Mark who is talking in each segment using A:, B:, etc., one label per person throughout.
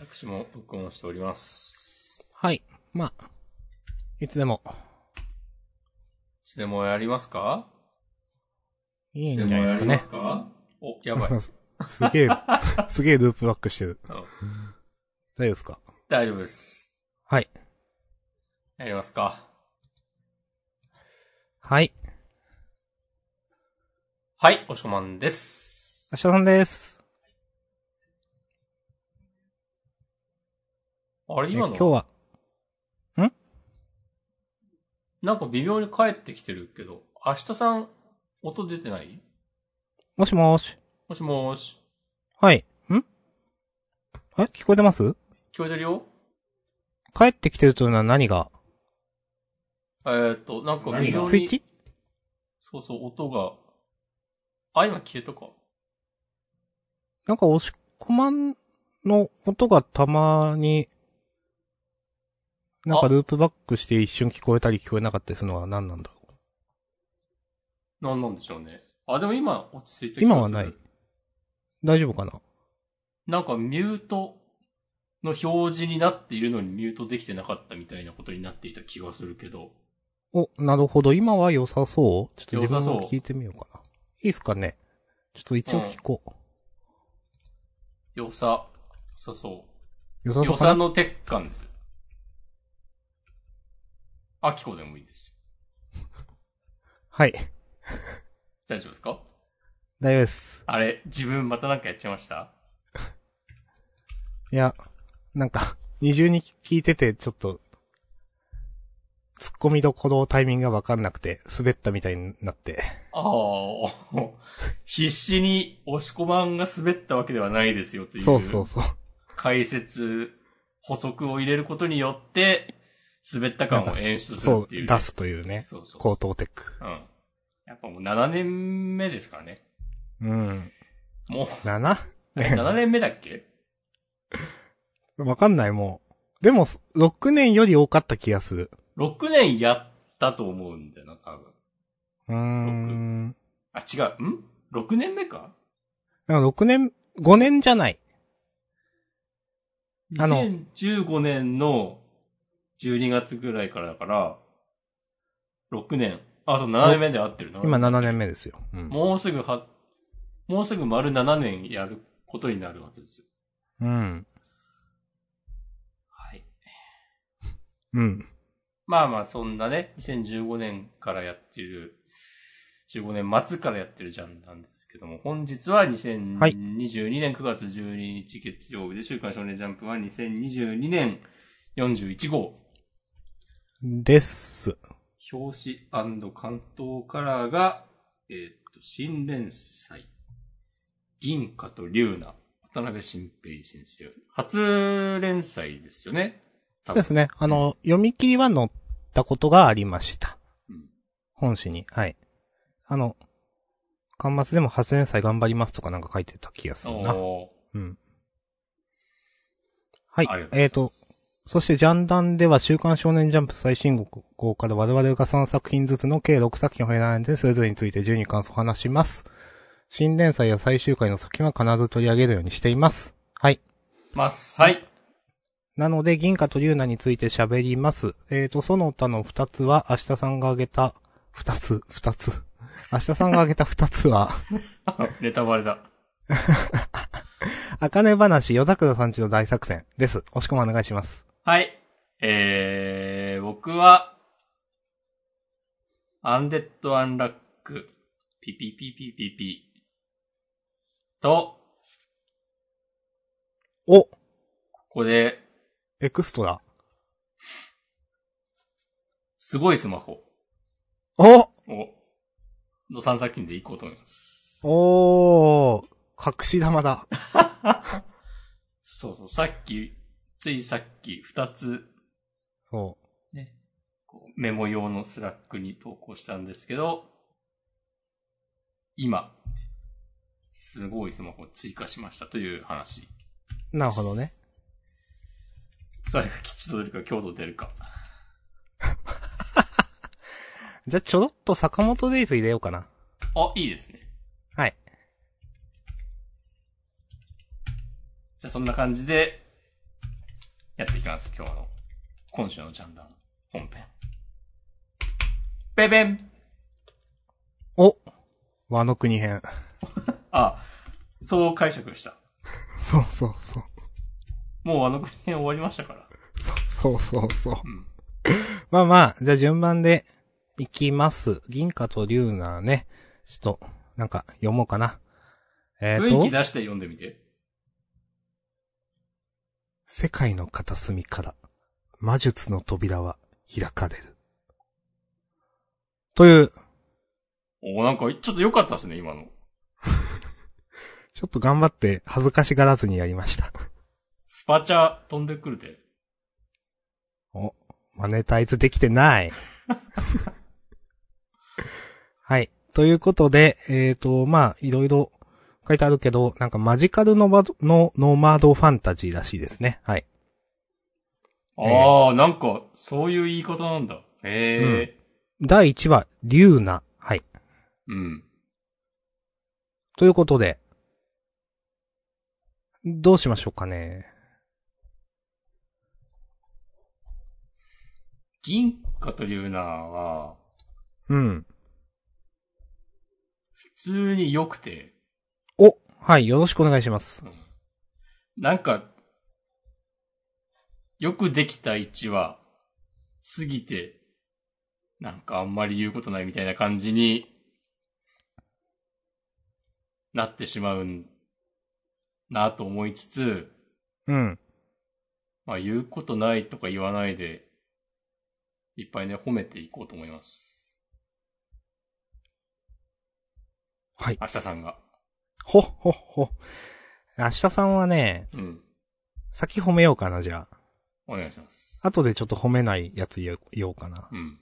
A: 私も録音しております。
B: はい。まあ、いつでも
A: いつでもやりますか
B: いい
A: い
B: ん
A: つ
B: じ
A: で
B: ゃ
A: も
B: ないで
A: や
B: す
A: り
B: か
A: ま
B: ね
A: す。かお、やばい。
B: すげえ、すげえループバックしてる。
A: あの
B: 大丈夫ですか
A: 大丈夫です。
B: はい。
A: やりますか
B: はい。
A: はい、おしょまんです
B: 明。日さんです。
A: あれ、
B: え
A: 今
B: 今
A: の、
B: 日は、
A: なんか微妙に帰ってきてるけど、明日さん、音出てない
B: もしもーし。
A: もしもーし。
B: はい。んえ聞こえてます
A: 聞こえてるよ
B: 帰ってきてるというのは何が
A: えーっと、なんか微妙に。
B: ツイッチ
A: そうそう、音が。あ、今消えたか。
B: なんか押し込まんの音がたまに、なんかループバックして一瞬聞こえたり聞こえなかったりするのは何なんだろう。
A: なんなんでしょうね。あ、でも今、落ち着いて
B: 今はない大丈夫かな
A: なんかミュートの表示になっているのにミュートできてなかったみたいなことになっていた気がするけど。
B: お、なるほど。今は良さそうちょっと自分
A: 良さそ
B: も
A: う
B: 聞いてみようかな。いいっすかねちょっと一応聞こう。
A: 良さ、そうそ
B: 良
A: う。
B: さそ
A: 良
B: うか
A: さ
B: な
A: の鉄管です。あきこでもいいです。
B: はい。
A: 大丈夫ですか
B: 大丈夫です。
A: あれ、自分またなんかやっちゃいました
B: いや、なんか、 二重に聞いてて、ちょっと、突っ込みどころタイミングがわかんなくて、滑ったみたいになって。
A: ああ、 必死に押し込まんが滑ったわけではないですよという。
B: そうそうそう。
A: 解説、補足を入れることによって、滑った感を演出する
B: そう、
A: っていう、
B: 出すというね。
A: そうそう。
B: 高等テック。
A: うん。やっぱもう7年目ですからね。
B: うん。
A: もう、
B: だな。
A: 7年目だっけ
B: わかんない、もう。でも、6年より多かった気がする。
A: ?6 年やったと思うんだよな、多分。
B: うーん。
A: あ、違う。ん ?6 年目か
B: なんか6年、5年じゃない。あの
A: ?2015 年の12月ぐらいからだから、6年。あ、そう、7年目で合ってるな。
B: 今7年目ですよ。うん。
A: もうすぐは、もうすぐ丸7年やることになるわけですよ。
B: うん。
A: はい。
B: うん。
A: まあまあ、そんなね、2015年からやってる、15年末からやってるジャンルなんですけども、本日は
B: はい
A: 2022年9月12日月曜日で、週刊少年ジャンプは2022年41号、
B: です。
A: 表紙関東カラーが、えーっと、新連載、銀貨と龍奈、渡辺新平先生。初連載ですよね。
B: そうですね。あの、読み切りは載ったことがありました。
A: うん
B: 本誌に。はい。あの、巻末でも発年祭頑張りますとかなんか書いてた気がするな。
A: お
B: うん。はい
A: ーありが。
B: えっ、
A: ございま
B: と、
A: す
B: そしてジャンダンでは週刊少年ジャンプ最新号から我々が3作品ずつの計6作品を選んでそれぞれについて12感想を話します。新連載や最終回の作品は必ず取り上げるようにしています。はい。
A: ます。はい。
B: なので、銀貨と龍奈について喋ります。えーと、その他の二つは、明日さんが挙げた、二つ、二つ。 明日さんが挙げた二 つは、
A: ネタバレだ。
B: あかね話、夜桜さんちの大作戦です。押し込まんお願いします。
A: はい。えー、僕は、アンデッド・アンラック、ピピピピピピ、と、
B: お
A: ここで、
B: エクストラ。
A: すごいスマホ
B: お
A: を、の3作品でいこうと思います。
B: おー隠し玉だ。
A: そうそう、さっき、ついさっき、2つ、
B: そ
A: ね、こうメモ用のスラックに投稿したんですけど、今、すごいスマホを追加しましたという話。
B: う。なるほどね。
A: それが吉と出るか、強度出るか。
B: じゃあ、ちょろっと坂本デイズ入れようかな。
A: あ、いいですね。
B: はい。
A: じゃあそんな感じで、きます、今日の。今週のジャンダン本編。ベベン
B: お和の国編。
A: あ、そう解釈した。
B: そうそうそう。
A: もうあの国編終わりましたから。
B: そうそうそう。
A: うん
B: まあまあ、じゃあ順番でいきます。銀貨と竜なね、ちょっと、なんか読もうかな。えっ、
A: 雰囲気
B: と、
A: 出して読んでみて。
B: 世界の片隅から魔術の扉は開かれる。という、
A: おなんか、ちょっと良かったですね、今の。好
B: ちょっと頑張って恥ずかしがらずにやりました。
A: スパチャ飛んでくるで。
B: お、マネタイズできてない。 はい。ということで、えっ、と、まあ、いろいろ書いてあるけど、なんかマジカルノマド、の、ノマドファンタジーらしいですね。はい。
A: ああ、なんか、そういう言い方なんだ。へえ。
B: 第1話、リューナ。はい。
A: うん。
B: ということで、どうしましょうかね。
A: 銀貨というなは、
B: うん。
A: 普通に良くて、
B: お、はい、よろしくお願いします。
A: なんか、よくできた1話、過ぎて、なんかあんまり言うことないみたいな感じになってしまうんなと思いつつ、
B: うん。
A: まあ言うことないとか言わないで、いっぱいね、褒めていこうと思います。
B: はい。
A: 明日さんが。
B: ほ、ほ、ほ。明日さんはね、
A: うん。
B: 先褒めようかな、じゃあ。
A: お願いします。
B: 後でちょっと褒めないやつ言おう言おうかな。
A: うん。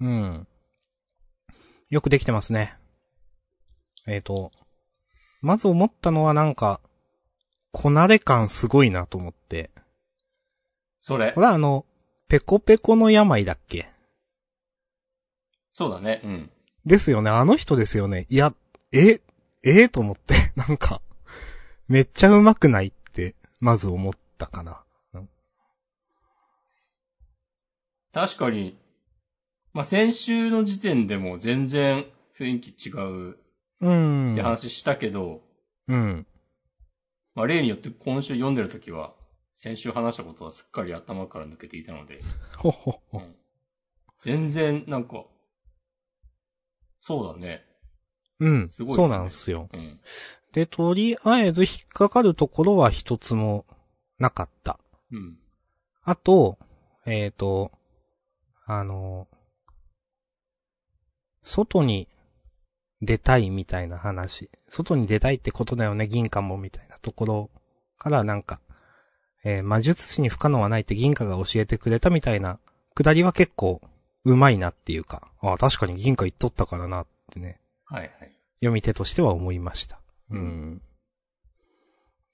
B: うん。よくできてますね。えっ、と、まず思ったのはなんか、こなれ感すごいなと思って。
A: それ
B: こ。れはあの、ペコペコの病だっけ
A: そうだね。うん。
B: ですよね、あの人ですよね。いや、え、ええと思って、 なんか、めっちゃ上手くないって、まず思ったかな。
A: 確かに、まあ、先週の時点でも全然雰囲気違う
B: う
A: って
B: ん。
A: 話したけど、
B: うん。
A: まあ、例によって今週読んでる時は、先週話したことはすっかり頭から抜けていたので、
B: ほほ
A: う
B: ほ。
A: ん全然なんか、そうだね。
B: うん。
A: すごいっすね
B: そうなんすよ。
A: うん。
B: で、とりあえず引っかかるところは一つもなかった。
A: うん。
B: あと、えっ、と、あの、外に出たいみたいな話。外に出たいってことだよね、銀貨もみたいなところからなんか、えー魔術師に不可能はないって銀貨が教えてくれたみたいな、くだりは結構、うまいなっていうか、ああ、確かに銀貨言っとったからなってね、
A: はいはい。
B: 読み手としては思いました。
A: うん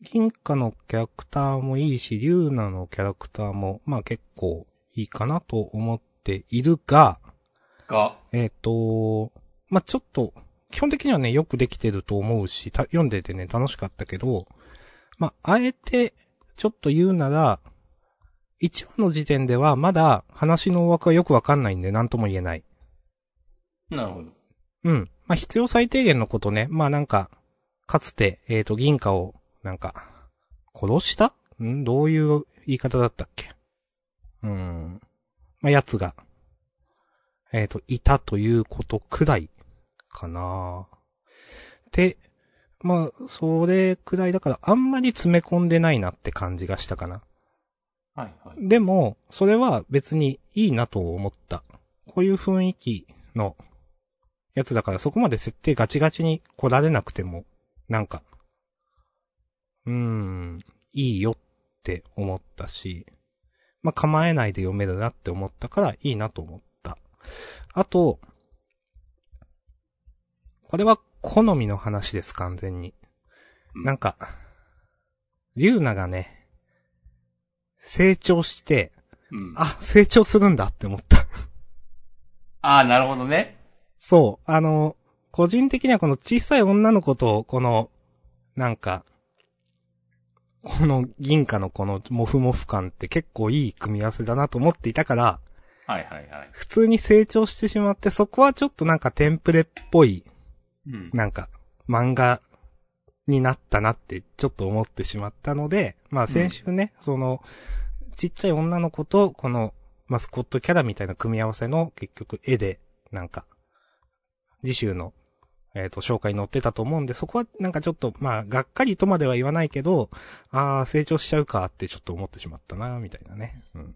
B: 銀貨のキャラクターもいいし、竜ナのキャラクターも、まあ結構いいかなと思っているが、
A: が、
B: えっ、と、まあちょっと、基本的にはね、よくできてると思うし、た読んでてね、楽しかったけど、まああえて、ちょっと言うなら、1話の時点ではまだ話の大枠はよくわかんないんで何とも言えない。
A: なるほど。
B: うん。まあ、必要最低限のことね。まあ、なんか、かつて、えっ、と、銀貨を、なんか、殺したんどういう言い方だったっけうん。まあ、奴が、えっ、と、いたということくらい、かなで、まあ、それくらいだから、あんまり詰め込んでないなって感じがしたかな。
A: はいはい。
B: でも、それは別にいいなと思った。こういう雰囲気のやつだからそこまで設定ガチガチに来られなくても、なんか、うーん、いいよって思ったし、まあ、構えないで読めるなって思ったからいいなと思った。あと、これは好みの話です、完全に。
A: うん
B: なんか、リュウナがね、成長して、
A: うん。あ
B: あ、成長するんだって思った。
A: あー、なるほどね。
B: そう、あの、個人的にはこの小さい女の子と、この、なんか、この銀貨のこのモフモフ感って結構いい組み合わせだなと思っていたから、
A: はいはいはい。
B: 普通に成長してしまって、そこはちょっとなんかテンプレっぽい、
A: うん。
B: なんか漫画になったなってちょっと思ってしまったので、まあ先週ね、その、ちっちゃい女の子とこのマスコットキャラみたいな組み合わせの結局絵で、なんか、次週の、えっ、と、紹介に載ってたと思うんで、そこはなんかちょっと、まあ、がっかりとまでは言わないけど、ああ、成長しちゃうかってちょっと思ってしまったな、みたいなね。うん。っ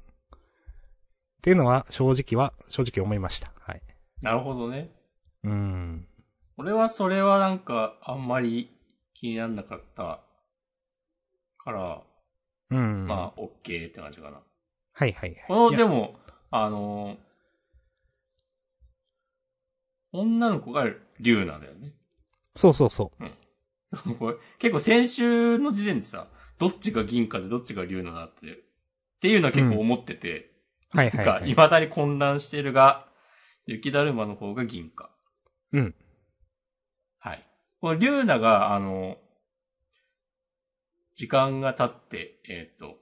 B: ていうのは、正直は、正直思いました。はい。
A: なるほどね。
B: うん。
A: 俺はそれはなんか、あんまり気になんなかったから、
B: うん。
A: まあ、オッケーって感じかな。
B: はいはいはい。
A: この、
B: いや
A: でも、あのー女の子が竜なんだよね。
B: そうそうそう。
A: そうこれ結構先週の時点でさ、どっちが銀貨でどっちが竜なんだって、っていうのは結構思ってて、
B: はいはい、
A: が、
B: はい。
A: 未だに混乱しているが、雪だるまの方が銀貨。
B: うん。
A: はい。このリュウナが、あの、時間が経って、えっ、と、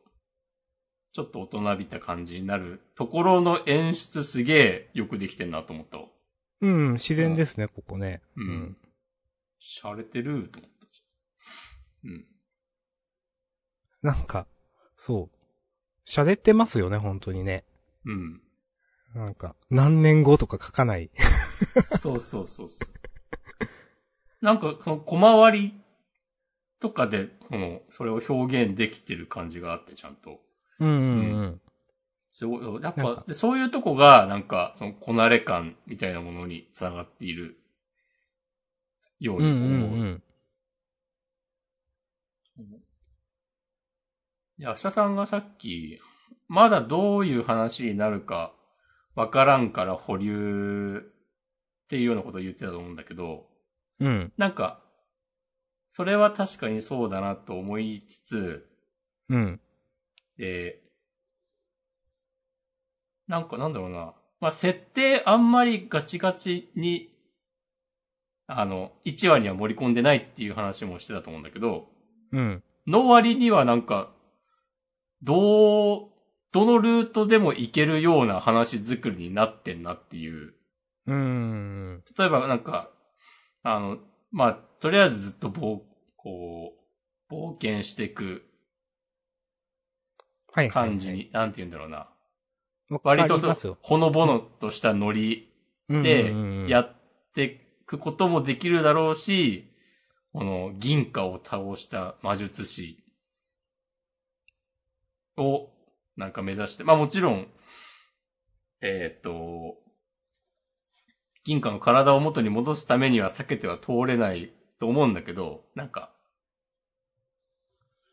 A: ちょっと大人びた感じになるところの演出すげえよくできてんなと思ったわ。
B: うん、自然ですね、ここね。
A: うん。しゃれてると思った。うん。
B: なんか、そう。洒落てますよね、本当にね。
A: うん。
B: なんか、何年後とか書かない。
A: そうそうそうそう。なんか、その、小回りとかで、この、それを表現できてる感じがあって、ちゃんと。
B: うんうんうん。
A: すごい、やっ
B: なん
A: ぱ
B: か、
A: でそういうとこが、なんか、その、こなれ感みたいなものにつながっているよう
B: うん
A: に
B: うん
A: 思う。
B: うん。
A: いや、明日さんがさっき、まだどういう話になるか、わからんから保留っていうようなことを言ってたと思うんだけど、
B: うん。
A: なんか、それは確かにそうだなと思いつつ、
B: うん。
A: で、なんかなんだろうな。まあ、設定あんまりガチガチに、あの、1話には盛り込んでないっていう話もしてたと思うんだけど、
B: うん。
A: の割にはなんか、どう、どのルートでも行けるような話作りになってんなっていう。
B: うんうん。
A: 例えばなんか、あの、まあ、とりあえずずっと冒、こう、冒険していく
B: はいはい。
A: 感じに、。なんて言うんだろうな。
B: わか
A: 割と
B: り
A: そ
B: ますよ
A: う。、ほのぼのとしたノリでや
B: っ、
A: っていくこともできるだろうし、この銀貨を倒した魔術師をなんか目指して、まあもちろん、えっ、と、銀貨の体を元に戻すためには避けては通れないと思うんだけど、なんか、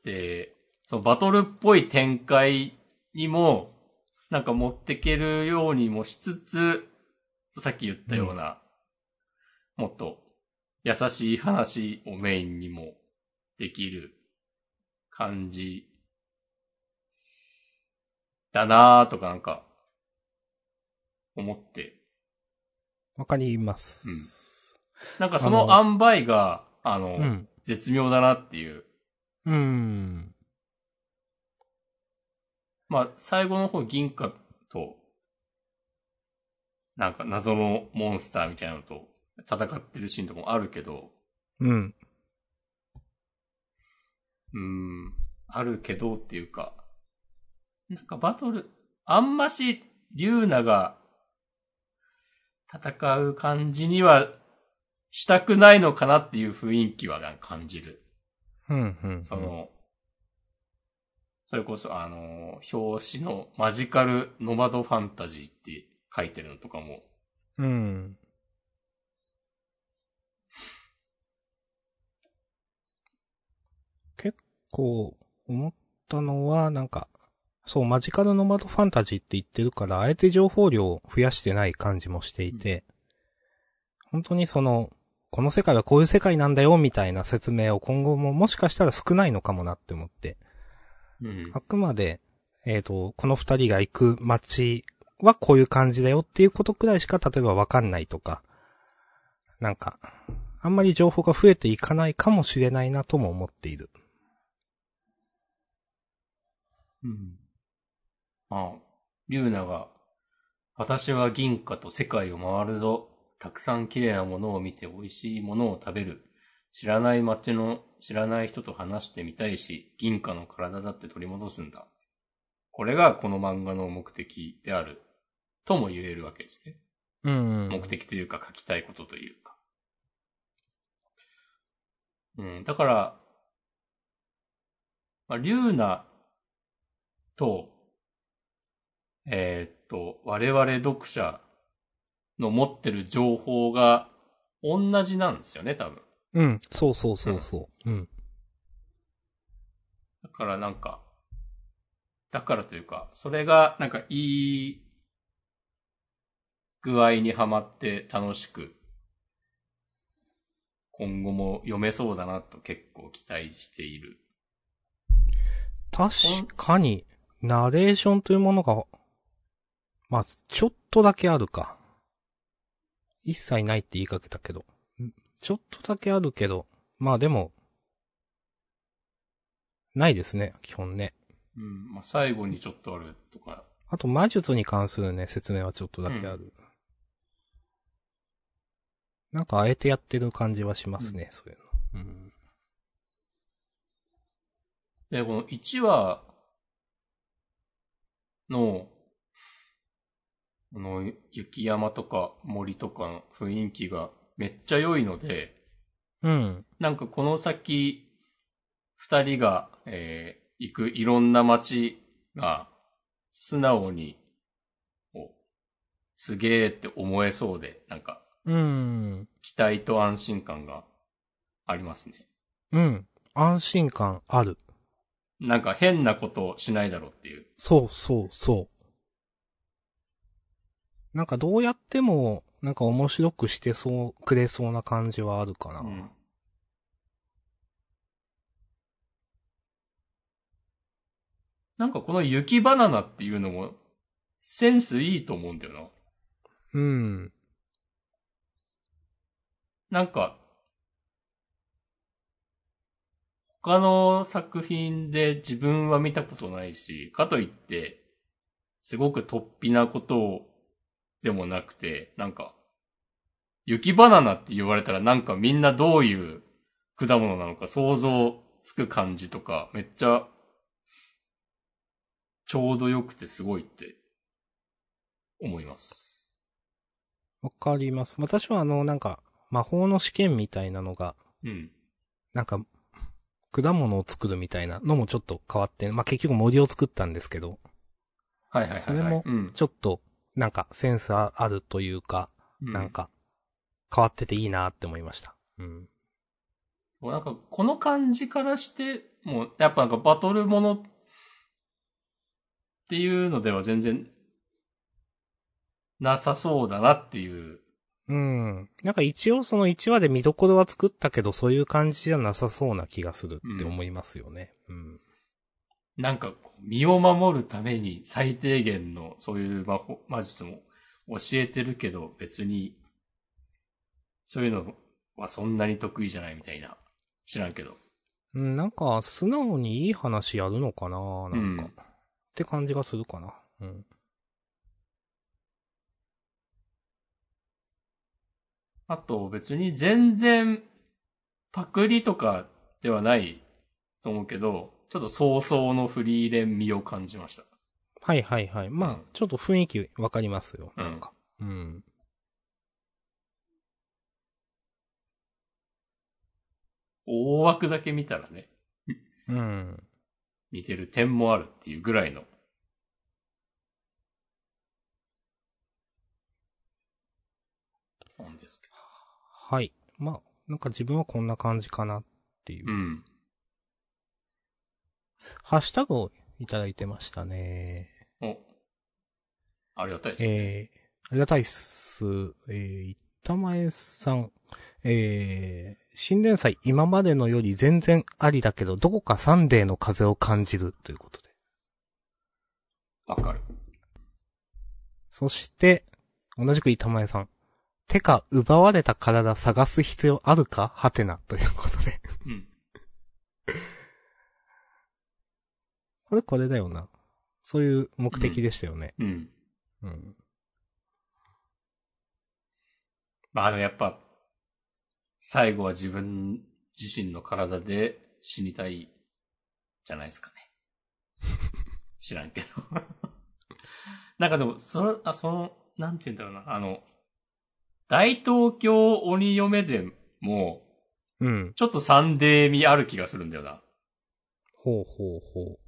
A: で、そのバトルっぽい展開にも、なんか持ってけるようにもしつつ、さっき言ったような、もっと優しい話をメインにもできる感じだなぁとかなんか、思って。
B: わかります。
A: なんかそ
B: あ
A: の
B: の
A: 塩梅が、あの、
B: うん。
A: 絶妙だなっていう。
B: うん。
A: まあ、最後の方銀貨と、なんか謎のモンスターみたいなのと戦ってるシーンとかもあるけど、
B: うん。
A: うーん、あるけどっていうか、なんかバトル、あんまし、リューナが戦う感じにはしたくないのかなっていう雰囲気はなんか感じる。
B: うん。うん。
A: その、それこそあの、表紙のマジカルノマドファンタジーって書いてるのとかも、
B: うん。結構思ったのは、なんか、そう、マジカルノマドファンタジーって言ってるから、あえて情報量を増やしてない感じもしていて、本当にその、この世界はこういう世界なんだよ、みたいな説明を今後ももしかしたら少ないのかもなって思って。
A: うん
B: あくまで、えっ、と、この二人が行く街はこういう感じだよっていうことくらいしか、例えばわかんないとか、なんか、あんまり情報が増えていかないかもしれないなとも思っている。
A: うん。あ、リュウナが、私は銀貨と世界を回るぞ。たくさん綺麗なものを見て美味しいものを食べる。知らない街の知らない人と話してみたいし、銀貨の体だって取り戻すんだ。これがこの漫画の目的である。とも言えるわけですね。
B: うん。
A: 目。的というか書きたいことというか。うん、だから、まあ、リュウナと、えーっと、我々読者の持ってる情報が同じなんですよね、多分。
B: うん。そうそうそうそう。うん。
A: だからなんか、だからというか、それがなんかいい具合にはまって楽しく、今後も読めそうだなと結構期待している。
B: 確かに、ナレーションというものが、まあ、ちょっとだけあるか。一切ないって言いかけたけど。んちょっとだけあるけど、まあでも、ないですね、基本ね。
A: うん、まあ、最後にちょっとあるとか、
B: あと魔術に関するね、説明はちょっとだけある。なんかあえてやってる感じはしますね、そういうの。うん。
A: で、この1話の、この雪山とか森とかの雰囲気がめっちゃ良いので、
B: うん。
A: なんかこの先、二人が、えー行くいろんな街が、素直に、こうすげーって思えそうで、なんか、
B: うん。
A: 期待と安心感がありますね。
B: うん。安心感ある。
A: なんか変なことをしないだろうっていう。
B: そうそうそう。なんかどうやっても、なんか面白くしてそう、くれそうな感じはあるかな。
A: うんなんかこの雪バナナっていうのも、センスいいと思うんだよな。
B: うん。
A: なんか、他の作品で自分は見たことないし、かといって、すごく突飛なことをでもなくて、なんか、雪バナナって言われたらなんかみんなどういう果物なのか想像つく感じとか、めっちゃ、ちょうど良くてすごいって、思います。
B: わかります。私はあの、なんか、魔法の試験みたいなのが、
A: うん。
B: なんか、果物を作るみたいなのもちょっと変わって、まあ、結局森を作ったんですけど、
A: はいはいはい、はい。
B: それも
A: うん、
B: ちょっと、なんかセンスああるというか、
A: う
B: なんか、変わってていいなって思いました。うん。
A: もうなんか、この感じからして、もう、やっぱなんかバトルものっていうのでは全然、なさそうだなっていう。
B: うん。なんか一応その1話で見どころは作ったけど、そういう感じじゃなさそうな気がするって思いますよね。うん。
A: なんか、身を守るために最低限のそういう魔法魔術も教えてるけど、別に、そういうのはそんなに得意じゃないみたいな。知らんけど。
B: うん、なんか、素直にいい話やるのかななんか、
A: うん
B: って感じがするかな。うん。
A: あと別に全然パクリとかではないと思うけど、ちょっと早々のフリーレン味を感じました。
B: はいはいはい。まあ、
A: うん
B: ちょっと雰囲気わかりますよ。
A: うん
B: なんか。うん。
A: 大枠だけ見たらね、
B: うん。
A: 似てる点もあるっていうぐらいの。なんですけ
B: はい。まあ、なんか自分はこんな感じかなっていう。
A: ど。うん。
B: ハッシュタグをいただいてましたね。
A: お。ありがたいですね。
B: えー、ありがたいっす。えー、いったまえさん。えー、新連載今までのより全然ありだけど、どこかサンデーの風を感じるということで。
A: わかる。
B: そして、同じくいたまえさん。てか、奪われた体探す必要あるかはてな、ということで。
A: うん。
B: これこれだよな。そういう目的でしたよね。
A: うん。
B: うん。
A: まあでもやっぱ、最後は自分自身の体で死にたい、じゃないですかね。知らんけど。 なんかでも、その、あ、その、なんて言うんだろうな、あの、大東京鬼嫁でも、
B: うん。
A: ちょっとサンデー味ある気がするんだよな。
B: ほうほうほ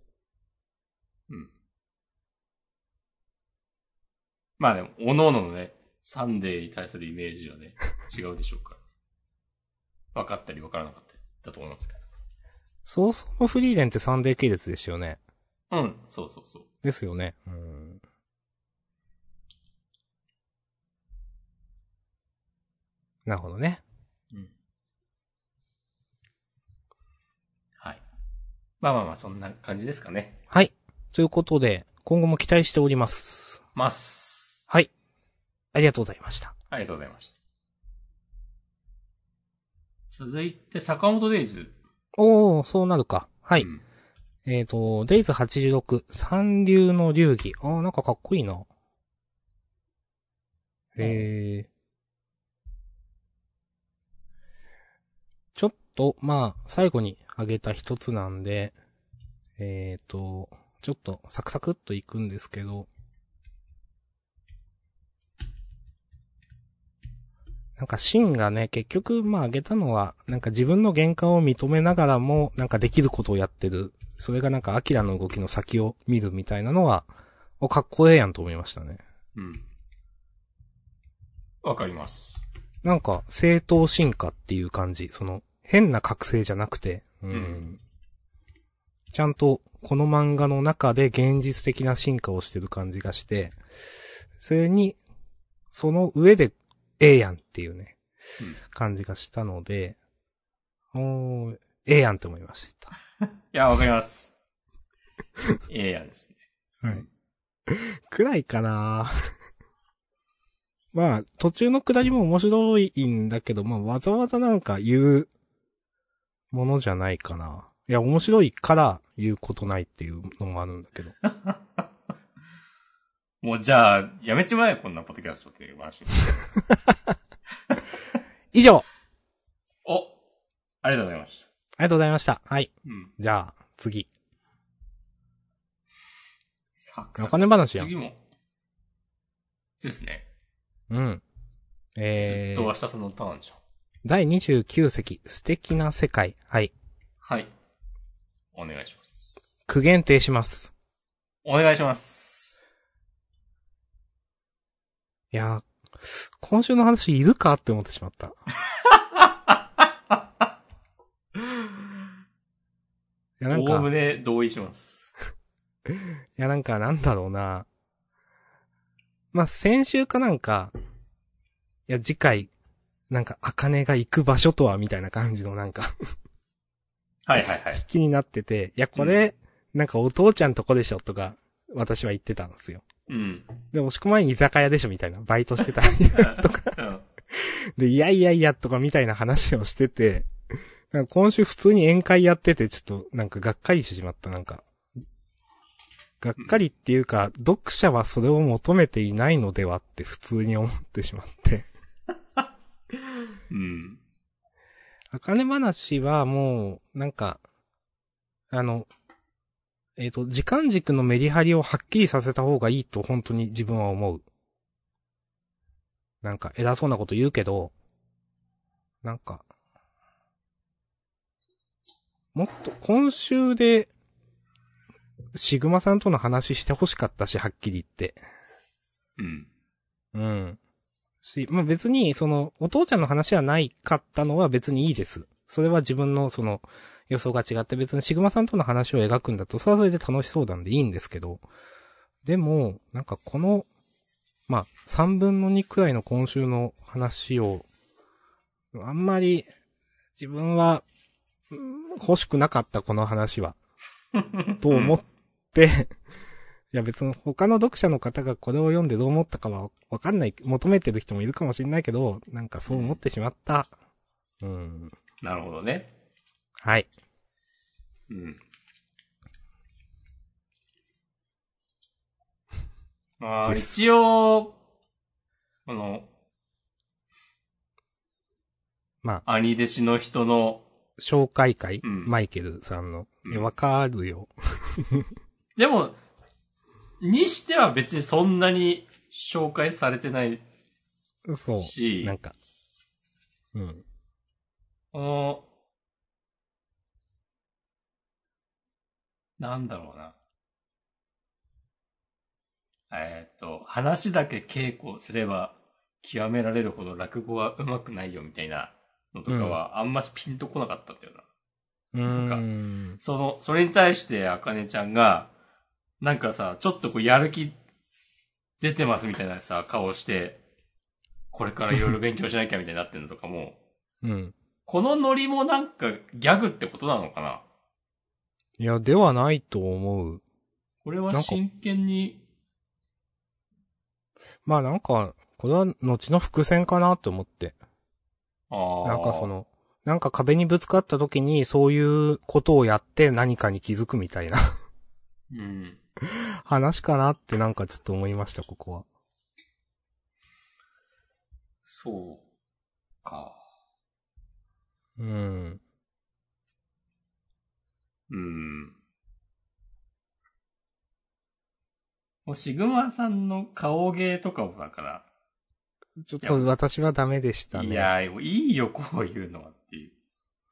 A: まあでも、おのののね、サンデーに対するイメージは ね、違うでしょうから。分かったり分からなかったりだと思いますけ
B: う。そもそもフリーレンってサンデー系列でしたよね。
A: ど。うん、そうそうそう。
B: ですよね。うん。なるほどね。
A: はい。まあまあまあ、そんな感じですかね。
B: はい。ということで、今後も期待しております。
A: ます。
B: はい。ありがとうございました。
A: ありがとうございました。続いて、坂本デイズ。
B: おー、そうなるか。はい。
A: うん
B: えっ、と、デイズ86、三流の流儀。あー、なんかかっこいいな。えー。ちょっと、まあ、最後にあげた一つなんで、えっ、と、ちょっとサクサクっといくんですけど、なんかシンがね、結局、まああげたのは、なんか自分の限界を認めながらも、なんかできることをやってる。それがなんかアキラの動きの先を見るみたいなのは、お、かっこええやんと思いましたね。
A: うん。わかります。
B: なんか、正当進化っていう感じ。その、変な覚醒じゃなくて、うん
A: うん
B: ちゃんと、この漫画の中で現実的な進化をしてる感じがして、それに、その上で、ええやんっていうね、
A: うん
B: 感じがしたので、おー、ええやんって思いました。
A: いや、わかり ます。ええやんですね。
B: はい。くらいかな まあ、途中の下りも面白いんだけど、まあ、わざわざなんか言うものじゃないかな。いや、面白いから言うことないっていうのもあるんだけ ど。
A: もうじゃあ、やめちまえ、こんなポッドキャストっていう話。
B: 以上
A: おありがとうございました。
B: ありがとうございました。はい。
A: うん。
B: じゃあ、次。
A: サクサ
B: お
A: ク
B: 金話やん。
A: 次も。ですね。
B: うん。え
A: ずっと
B: ー
A: 明、日そのターンじゃん。
B: 第29席、素敵な世界。はい。
A: はい。お願いします。
B: 苦言呈します。
A: お願いします。
B: いやー、今週の話いるかって思ってしまった。いや、なん
A: おおむ
B: か、い
A: ね同意します。
B: や、なんか、なんだろうな。まあ、先週かなんか、いや、次回、なんか、あかねが行く場所とは、みたいな感じの、なんか、
A: はいはいはい。
B: 気になってて、いや、これ、なんか、お父ちゃんとこでしょ、とか、私は言ってたんですよ。
A: うん。
B: で、押し込まれに居酒屋でしょ、みたいな、バイトしてた。
A: とか。うん。
B: で、いやいやいやとかみたいな話をしてて、なんか今週普通に宴会やってて、ちょっとなんかがっかりしてしまった、なんか。がっかりっていうか、読者はそれを求めていないのではって普通に思ってしまって。
A: うん。
B: あかね話はもう、なんか、あの、えっ、と、時間軸のメリハリをはっきりさせた方がいいと本当に自分は思う。なんか偉そうなこと言うけど、なんか、もっと今週で、シグマさんとの話して欲しかったし、はっきり言って。
A: うん。
B: うん。し、まあ、別に、その、お父ちゃんの話はないかったのは別にいいです。それは自分の、その、予想が違って別にシグマさんとの話を描くんだと、それはそれで楽しそうなんでいいんですけど、でも、なんかこの、まあ、3分の2くらいの今週の話を、あんまり、自分は、うん欲しくなかった、この話は。と思って、いや別に他の読者の方がこれを読んでどう思ったかはわかんない、求めてる人もいるかもしれないけど、なんかそう思ってしまった。うん。
A: なるほどね。
B: はい。
A: うん。まあ、
B: です
A: 一応、あの、
B: ま
A: 兄弟子の人の、
B: 紹介会、
A: うん
B: マイケルさんの。いや
A: うん
B: わかるよ。
A: でも、にしては別にそんなに紹介されてない
B: そう。
A: し
B: なんか。うん。
A: この、なんだろうな。えーっと、話だけ稽古すれば極められるほど落語は上手くないよみたいなのとかは、あんましピンとこなかったんだよな。
B: うー
A: なん
B: ん。
A: その、それに対して、あかねちゃんが、なんかさ、ちょっとこう、やる気出てますみたいなさ、顔をして、これからいろいろ勉強しなきゃみたいになってるのとかも、
B: うん。
A: このノリもなんかギャグってことなのかない
B: や、ではないと思う。
A: これは真剣に、
B: まあなんか、これは後の伏線かなと思って。
A: ああ。
B: なんかそ、の、なんか壁にぶつかった時にそういうことをやって何かに気づくみたいな
A: うん。
B: 話かなってなんかちょっと思いました、ここは。
A: そうか。
B: うん。
A: うん。もうシグマさんの顔芸とかもだから、
B: ちょっと私はダメでしたね。
A: いや、いいよ、こういうのはっていう。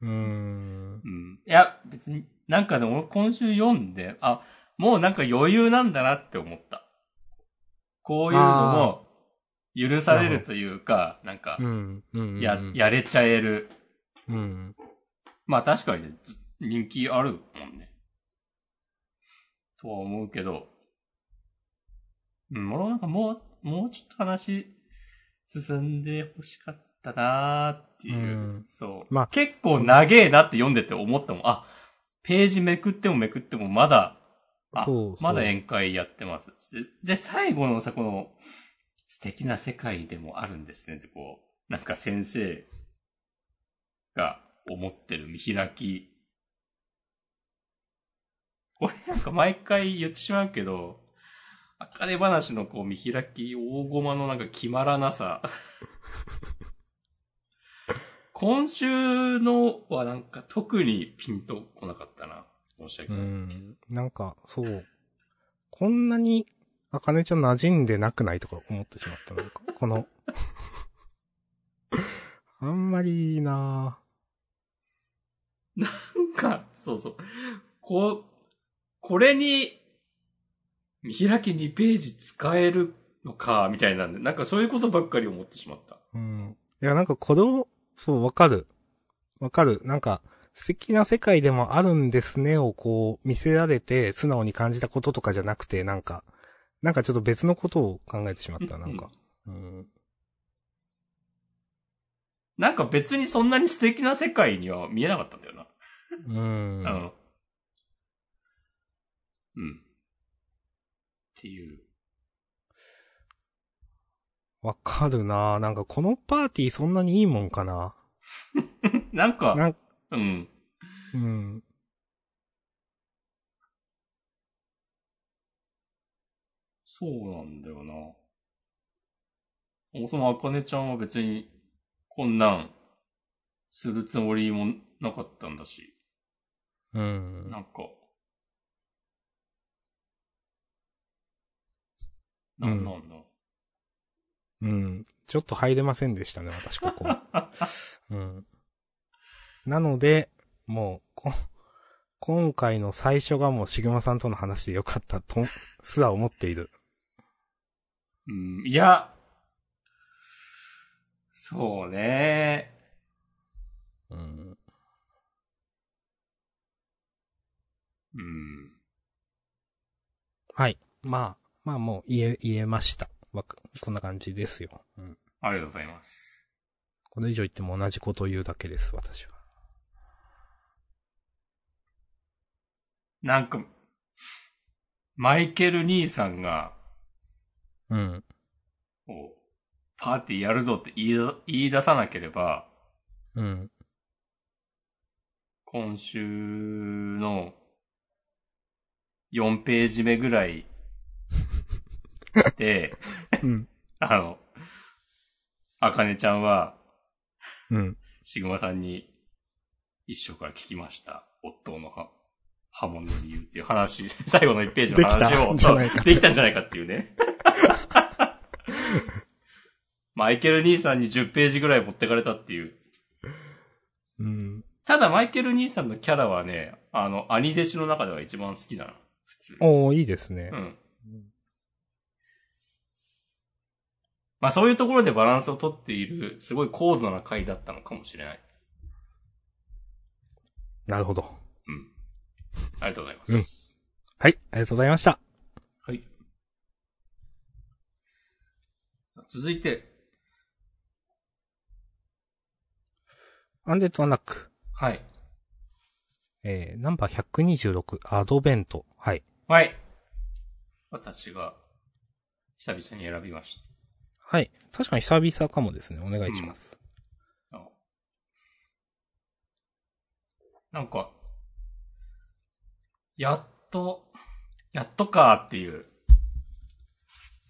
B: うーん。
A: うん。いや、別に、なんかね、俺今週読んで、あ、もうなんか余裕なんだなって思った。こういうのも許されるというか、なんか
B: う、ん。うん。
A: や、やれちゃえる。
B: うん。
A: まあ確かにね、ず人気あるもんね。とは思うけど、うん、俺はなんかもう、もうちょっと話進んで欲しかったなーっていう。
B: うん
A: そう。
B: まあ
A: 結構長えなって読んでて思ったもん。あ、ページめくってもめくってもまだ、あ、
B: そうそう
A: まだ宴会やってます。で、で最後のさ、この、素敵な世界でもあるんですねってこう、なんか先生が思ってる見開き。これなんか毎回言ってしまうけど、あかね話のこう見開き大駒のなんか決まらな さ。今週のはなんか特にピンとこなかったな。申し訳
B: う
A: ない。
B: ん。なんか、そう。こんなに、あかねちゃん馴染んでなくないとか思ってしまった。なんか、この。あんまりいいな
A: なんか、そうそう。こう、これに、見開き2ページ使えるのか、みたいなんで、なんかそういうことばっかり思ってしまった。
B: ぁうん。いや、なんかこれを、そう、わかる。わかる。なんか、素敵な世界でもあるんですねをこう、見せられて、素直に感じたこととかじゃなくて、なんか、なんかちょっと別のことを考えてしまった、なんか。うん。
A: なんか別にそんなに素敵な世界には見えなかったんだよな。
B: うん。
A: あの、うん。っていう。
B: わかるなぁなんかこのパーティーそんなにいいもんかな
A: なんか、
B: なん
A: うん。
B: うん。
A: そうなんだよな。もうそのあかねちゃんは別に、こんなん、するつもりもなかったんだし。
B: うん。
A: なんか。
B: う
A: なん
B: ん
A: なんだ。
B: うん。ちょっと入れませんでしたね、私ここ。 うん。なので、もう、こ、今回の最初がもうシグマさんとの話でよかったと、すら思っている。
A: うん、いや。そうね。
B: うん。
A: うん。
B: はい。まあ、まあもう言え、言えました。わかこんな感じですよ。うん。
A: ありがとうございます。
B: これ以上言っても同じことを言うだけです、私は。
A: なんか、マイケル兄さんが、
B: うん。
A: こうパーティーやるぞって言いだ言い出さなければ、
B: うん。
A: 今週の4ページ目ぐらい で、
B: うん。
A: あの、あかねちゃんは、
B: うん。
A: シグマさんに、一生から聞きました。夫のは波紋の理由っていう話、最後の1ページの話を、
B: できたんじゃないか
A: できたんじゃないかっていうね。マイケル兄さんに10ページぐらい持ってかれたっていう。
B: うん。
A: ただマイケル兄さんのキャラはね、あの、兄弟子の中では一番好きなの。普通。
B: おー、いいですね
A: う。ん。まあそういうところでバランスをとっている、すごい高度な回だったのかもしれない。
B: なるほど。
A: うん。ありがとうございます。
B: はい、ありがとうございました。
A: はい。続いて、
B: アンデッドアナック。
A: はい。
B: えー、ナンバー126、アドベント。はい。
A: はい。私が、久々に選びまし
B: はい。確かに久々かもですね。お願いします。
A: た。なんか、やっと、やっとかっていう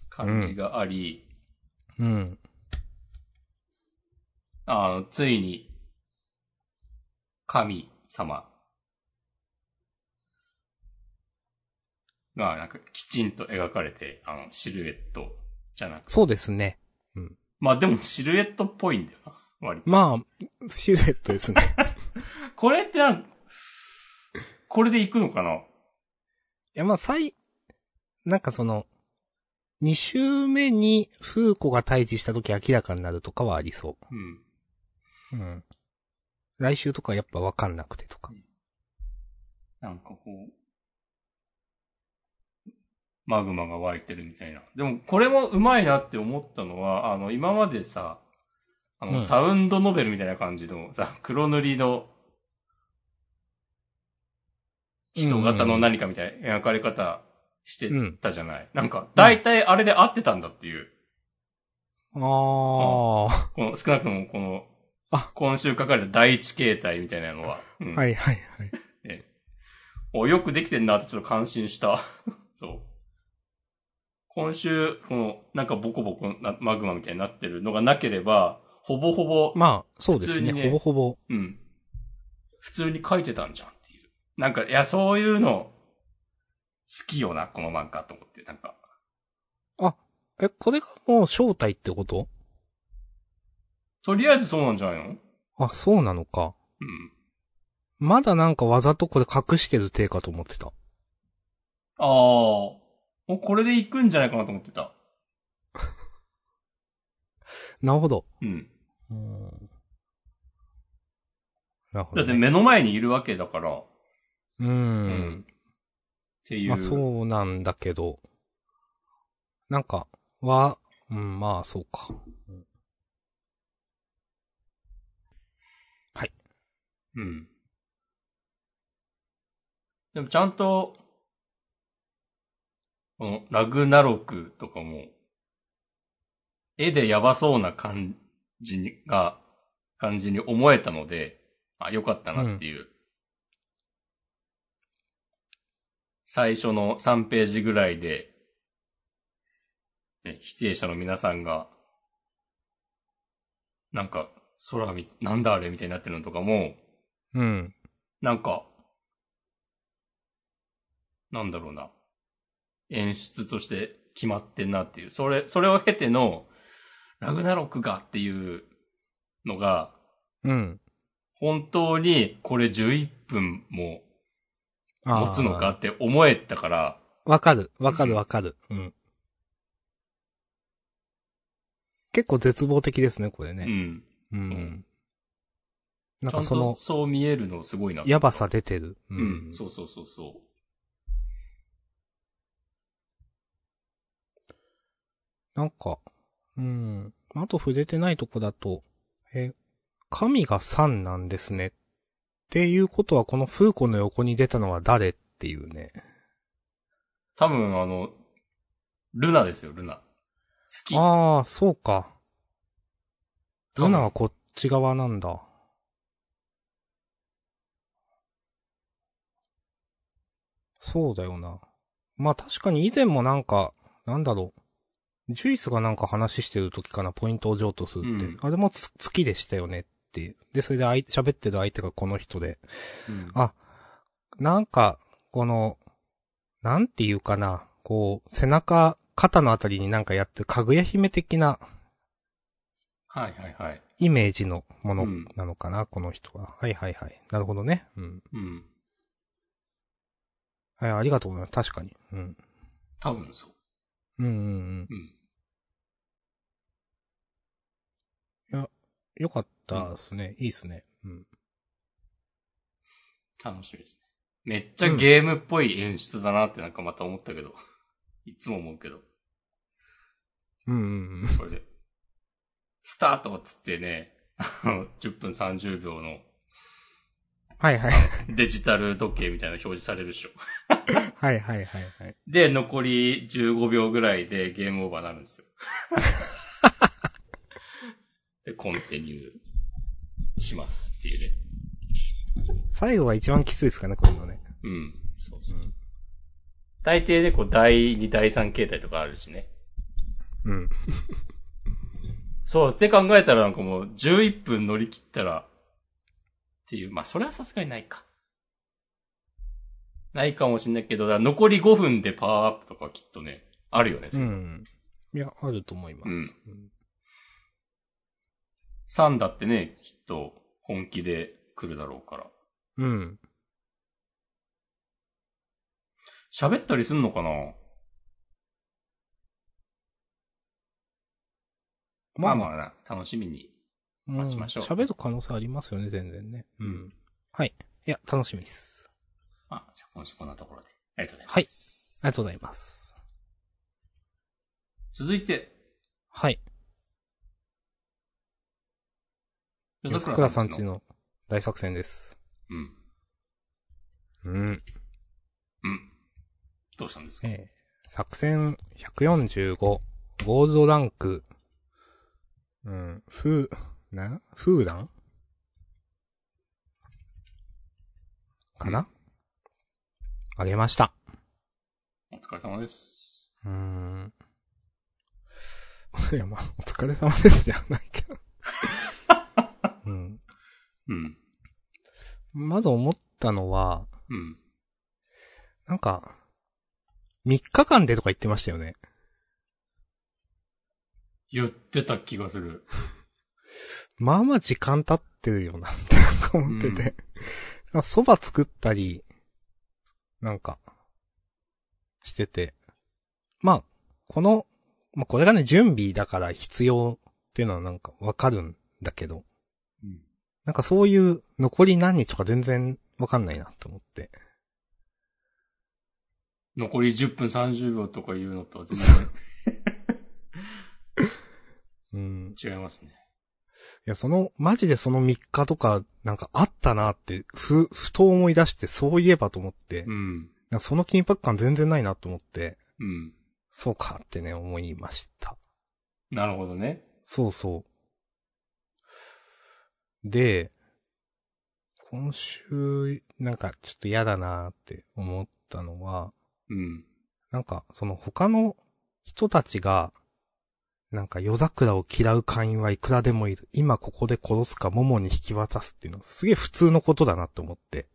A: 感じがあり、
B: うん。
A: あの、ついに、神様が、なんか、きちんと描かれて、あの、シルエットじゃなく
B: そうですね。
A: まあでも、シルエットっぽいんだよな、割と。
B: まあ、シルエットです ね。
A: これってなん、これでいくのかない
B: や、まあ、最、なんかその、2週目にフーコが退治した時明らかになるとかはありそ
A: うん。
B: う。うん。来週とかやっぱわかんなくてとか。
A: なんかこう、マグマが湧いてるみたいな。でも、これもうまいなって思ったのは、あの、今までさ、あの、
B: うん
A: サウンドノベルみたいな感じの、さ、黒塗りの、人型の何かみたいな描かれ方してたじゃない、なんか、大体あれで合ってたんだっていう。
B: あ
A: この、少なくともこの、
B: あ
A: 今週書かれた第一形態みたいなのは。うん
B: あ。はいはいはい。
A: お、よくできてんなってちょっと感心した。 そう。今週、この、なんかボコボコな、マグマみたいになってるのがなければ、ほぼほぼ、
B: まあ、そうで
A: 普
B: す
A: 通に
B: ね。
A: ね
B: ほぼほぼ。
A: うん。普通に書いてたんじゃんっていう。なんか、いや、そういうの、好きよな、この漫画と思って、なんか。
B: え、これがもう正体ってこと
A: とりあえずそうなんじゃないのうん。
B: あ、そうなのか。まだなんかわざとこれ隠してる体かと思ってた。
A: ああ。もうこれで行くんじゃないかなと思ってた。
B: なるほど。
A: うん。
B: うん。なるほ
A: だ
B: ど、
A: って
B: ね。
A: 目の前にいるわけだから、っ
B: う
A: うん
B: ん。
A: ていう。
B: まあそうなんだけど、なんか、は、うん、まあそうか。
A: うん。でもちゃんと、この、ラグナロクとかも、絵でやばそうな感じにが、感じに思えたので、あ、よかったなっていう。最初の3ページぐらいで、ね、否定者の皆さんが、なんか、空み、なんだあれみたいになってるのとかも、
B: うん。
A: なんか、なんだろうな。演出として決まってんなっていう。それ、それを経ての、ラグナロクがっていうのが、
B: うん。
A: 本当にこれ11分も
B: あー
A: 持つのかって思えたから、
B: わかる、わかる、わかる。うん。結構絶望的ですね、これ
A: う
B: ね。
A: ん。
B: うん。
A: うん
B: なん
A: ちゃ
B: か
A: ん
B: そ
A: と
B: の、
A: そう見えるのすごいな。
B: やばさ出てる。う
A: うん。そうそうそうそ
B: なんか、うん。あと触れてないとこだと、え、神が三なんですね。っていうことは、このフーコの横に出たのは誰っていうね。
A: う。多分あの、ルナですよ、ルナ。月。
B: ああ、そうか。
A: 多分
B: ルナはこっち側なんだ。そうだよな。まあ確かに以前もなんか、なんだろう。ジュイスがなんか話してる時かな、ポイントを譲渡するって。
A: うん
B: あれもつ月でしたよねっていう。で、それで相手喋ってる相手がこの人で。
A: うん
B: あ、なんか、この、なんていうかな、こう、背中、肩のあたりになんかやってる、かぐや姫的な
A: はいはいはい。
B: イメージのもの
A: うん
B: なのかな、この人は。はいはいはい。なるほどね。うん。
A: うん。
B: はい、ありがとうございます。確かに。うん。
A: 多分そう。
B: うんうんうん。
A: うん。
B: よかったですね。いいですね。うん。
A: 楽しみですね。めっちゃゲームっぽい演出だなってなんかまた思ったけど。いつも思うけど。
B: うんうん
A: これで。スタートっつってね、 あの、10分30秒の
B: はいはい。
A: デジタル時計みたいな表示されるでしょ。
B: はいはいはいはい。
A: で、残り15秒ぐらいでゲームオーバーになるんですよ。 で、コンティニューしますっていうね。
B: 最後が一番きついですかね、こういうのね。
A: うん。そうそう。大抵ね、こう、第2、第3形態とかあるしね。
B: うん。
A: そう、って考えたらなんかもう11分乗り切ったら、っていう、まあそれはさすがにないか。ないかもしんないけど、だから残り5分でパワーアップとかきっとね、あるよね。
B: う
A: それ
B: ん。いや、あると思います。
A: うん3だってね、きっと本気で来るだろうから。
B: うん。うん。
A: 喋ったりすんのかなまあまあな、楽しみに。待ちましょうん
B: 喋る可能性ありますよね、全然ね。
A: うん。
B: はい。いや、楽しみです。
A: あ、じゃあ今週こんなところで。ありがとうございます。
B: ありがとうございます。
A: 続いて、
B: はい。
A: 夜
B: 桜さんち。の大作戦です。
A: うん。
B: うん。
A: うん。どうしたんですか、
B: ええ作戦145、ゴールドランク、うん、フー、な、フーランかな、あげました。
A: お疲れ様です。
B: うーん。 いや、まあ、お疲れ様ですじゃないけ ど。うん。
A: うん。
B: まず思ったのは、
A: うん。
B: なんか、3日間でとか言ってましたよね。
A: 言ってた気がする。
B: まあまあ時間経ってるよな、ってなんか思ってて。なんか蕎麦作ったり、なんか、してて。まあ、この、まあこれがね、準備だから必要っていうのはなんかわかるんだけど、
A: うん。
B: なんかそういう残り何日とか全然わかんないなと思って。
A: 残り10分30秒とか言うのとは全然
B: うん。
A: 違いますね。
B: いや、その、マジでその3日とか、なんかあったなって、ふ、ふと思い出して、そういえばと思って、
A: うん。
B: なんかその緊迫感全然ないなと思って、
A: うん。
B: そうかってね、思いました。
A: なるほどね。
B: そうそう。で、今週、なんかちょっと嫌だなって思ったのは、
A: うん。
B: なんかその他の人たちが、なんか夜桜を嫌う会員はいくらでもいる。今ここで殺すか桃に引き渡すっていうのはすげえ普通のことだなって思って。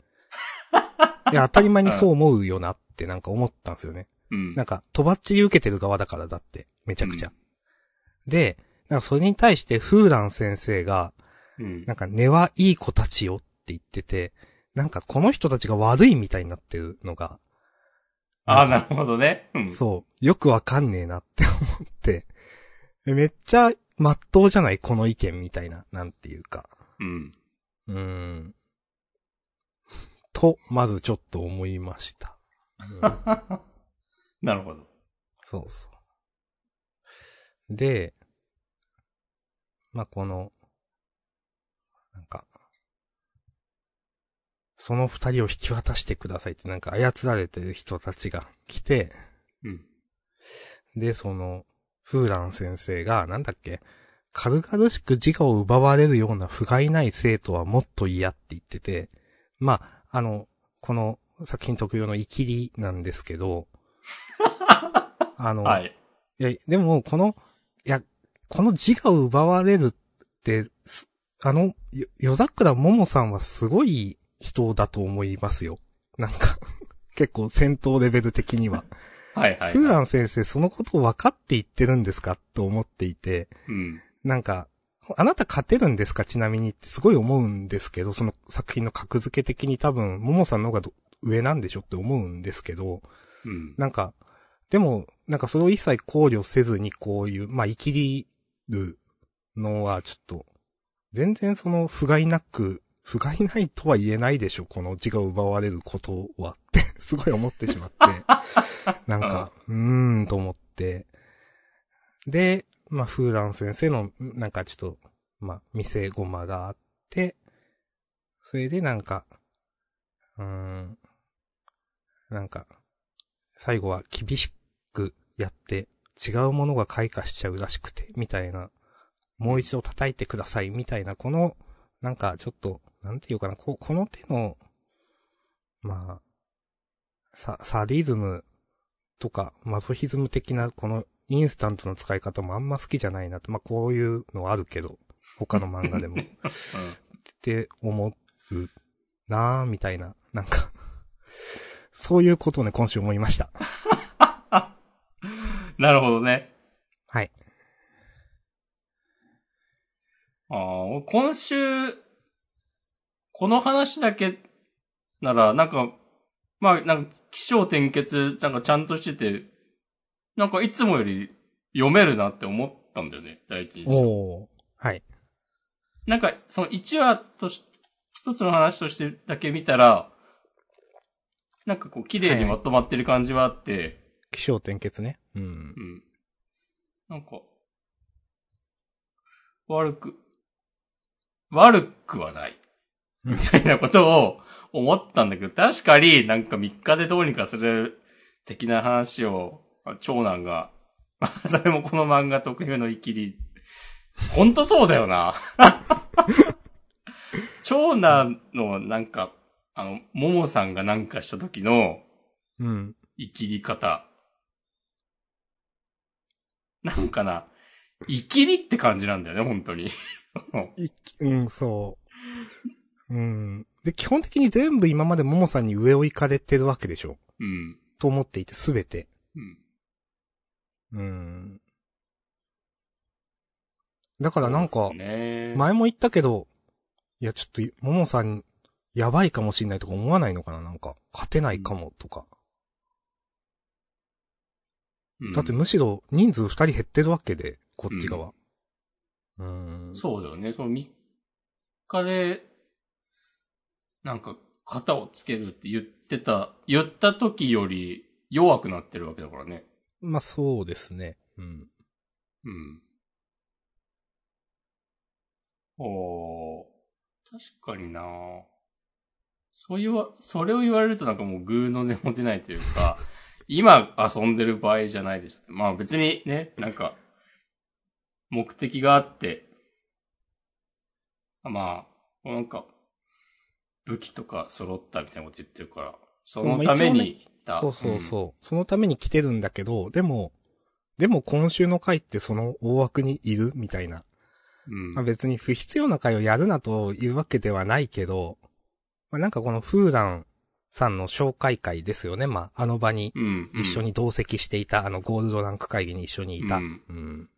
B: いや、当たり前にそう思うよなってなんか思ったんですよね。
A: うん。
B: なんか、とばっちり受けてる側だからだって、めちゃくちゃ。で、なんかそれに対して、フーラン先生が、
A: うん
B: なんか、根はいい子たちよって言ってて、なんかこの人たちが悪いみたいになってるのが、
A: ああ、なるほどね。うん。
B: そう、よくわかんねえなって思って、めっちゃ、真っ当じゃないこの意見みたいな、なんていうか。
A: うん。
B: うーん。と、まずちょっと思いました。うん
A: なるほど。
B: そうそう。で、まあ、この、なんか、その二人を引き渡してくださいってなんか操られてる人たちが来て、
A: うん。
B: で、その、フーラン先生が、なんだっけ、軽々しく自我を奪われるような不甲斐ない生徒はもっと嫌って言ってて、まあ、あの、この作品特有のイキリなんですけど、あの、
A: はい。
B: いや、でも、この、いや、この自我を奪われるって、すあの、よ夜桜ももさんはすごい人だと思いますよ。なんか、 結構戦闘レベル的には。
A: はいはい。
B: フーラン先生、そのことを分かって言ってるんですかと思っていて、
A: うん。
B: なんか、あなた勝てるんですかちなみにってすごい思うんですけど、その作品の格付け的に多分、ももさんの方がど上なんでしょって思うんですけど、
A: うん。
B: なんか、でも、なんかそれを一切考慮せずにこういう、まあ、生きりるのはちょっと、全然その、不甲斐なく、 不甲斐ないとは言えないでしょ、この自我を奪われることはって、 すごい思ってしまって、なんか、うーんと思って、で、まあ、フーラン先生の、なんかちょっと、まあ、店ごまがあって、それでなんか、うーん、なんか、最後は厳しくやって、違うものが開花しちゃうらしくて、みたいな、もう一度叩いてください、みたいな、この、なんかちょっと、なんていうかな、ここの手の、まあ、サ、サディズムとか、マゾヒズム的な、このインスタントの使い方もあんま好きじゃないなと、まあこういうのはあるけど、他の漫画 でも。って思うなぁ、みたいな、なんか、そういうことをね、今週思いました。
A: なるほどね。
B: はい。
A: ああ、今週、この話だけなら、なんか、まあ、なんか、気象転結、なんかちゃんとしてて、なんかいつもより読めるなって思ったんだよね、第一印象。
B: おー。はい。
A: なんか、その1話とし、一つの話としてだけ見たら、なんかこう、綺麗にまとまってる感じはあって、
B: 気象転結ね。うん
A: う。ん。なんか、悪く、悪くはない。みたいなことを思ったんだけど、確かになんか3日でどうにかする的な話を、あ長男が、 まあそれもこの漫画特有のイキリ。ほんとそうだよな。 長男のなんか、あの、ももさんがなんかした時の、
B: うん。
A: 生きり方。なんかな、生きりって感じなんだよね、本当に。
B: いきうん、そう。うん。で、基本的に全部今までももさんに上を行かれてるわけでしょ。
A: うん。
B: と思っていて、すべて。
A: うん。
B: うん。だからなん
A: そ
B: か
A: うで、すね、
B: 前も言ったけど、いや、ちょっと、ももさん、やばいかもしんないとか思わないのかななんか、勝てないかもとか。
A: うん
B: だってむしろ人数二人減ってるわけで、こっち側。うん。ん、
A: そうだよね、その3日で、なんか、型をつけるって言ってた、言った時より弱くなってるわけだからね。
B: まあそうですね。うん。
A: うん。おー。確かになそう言わ、それを言われるとなんかもうグーの根も出ないというか、 今遊んでる場合じゃないでしょ。まあ別にね、なんか、目的があって、まあ、なんか、武器とか揃ったみたいなこと言ってるから、そのために、だ
B: そうそうそう。そのために来てるんだけど、でも、でも今週の回ってその大枠にいるみたいな。
A: うん。
B: ま
A: う
B: あ、
A: ん。
B: 別に不必要な回をやるなというわけではないけど、まあ、なんかこのフーランさんの紹介会ですよね。まあ、あの場に
A: うん。
B: 一緒に同席していた、あのゴールドランク会議に一緒にいた。
A: うん
B: うん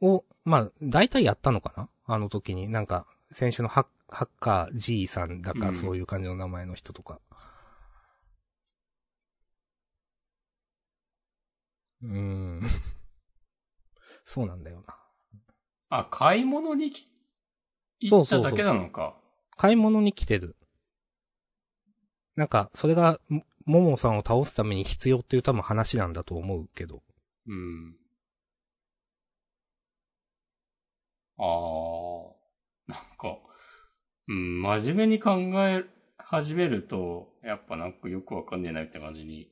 B: を、まあ、大体やったのかなあの時に。なんか、先週のハッハッカー G さんだ
A: う
B: か、
A: ん
B: そういう感じの名前の人とか。うーん。そうなんだよな。
A: あ、買い物にき行っただけなのか。
B: 買い物に来てる。なんか、それが、もももさんを倒すために必要っていう多分話なんだと思うけど。
A: うん。ああ、なんか、うん、真面目に考え始めると、やっぱなんかよくわかんねえなみたいな感じに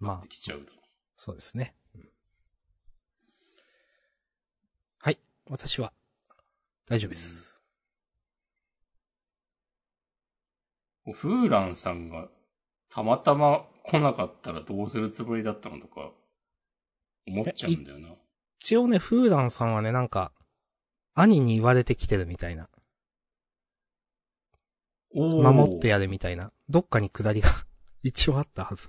A: な
B: ま
A: っ
B: あ
A: て、きちゃう。
B: そうですね。はい。私は、大丈夫です。
A: フーランさんがたまたま来なかったらどうするつもりだったのとか、思っちゃうんだよな。
B: 一応ね、フーダンさんはね、なんか、兄に言われてきてるみたいな。
A: おー
B: 守ってやれみたいな。どっかに下りが、 一応あったはず。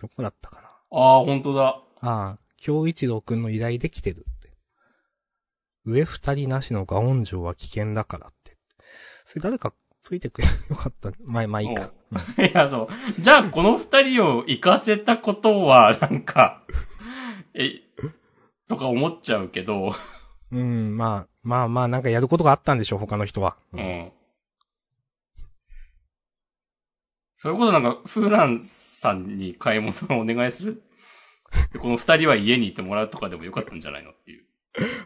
B: どこだったかな。
A: ああ、本当だ。
B: ああ、京一郎くんの依頼で来てるって。上二人なしのガオン城は危険だからって。それ誰かついてくれよかった。まあまあいいか。
A: いや、そう。じゃあ、この二人を行かせたことは、なんか、 え、とか思っちゃうけど、
B: うん、うんまあ、まあまあ、なんかやることがあったんでしょう、他の人は。
A: う。ん。それこそなんか、フーランさんに買い物をお願いする。でこの二人は家にいてもらうとかでもよかったんじゃないのっていう。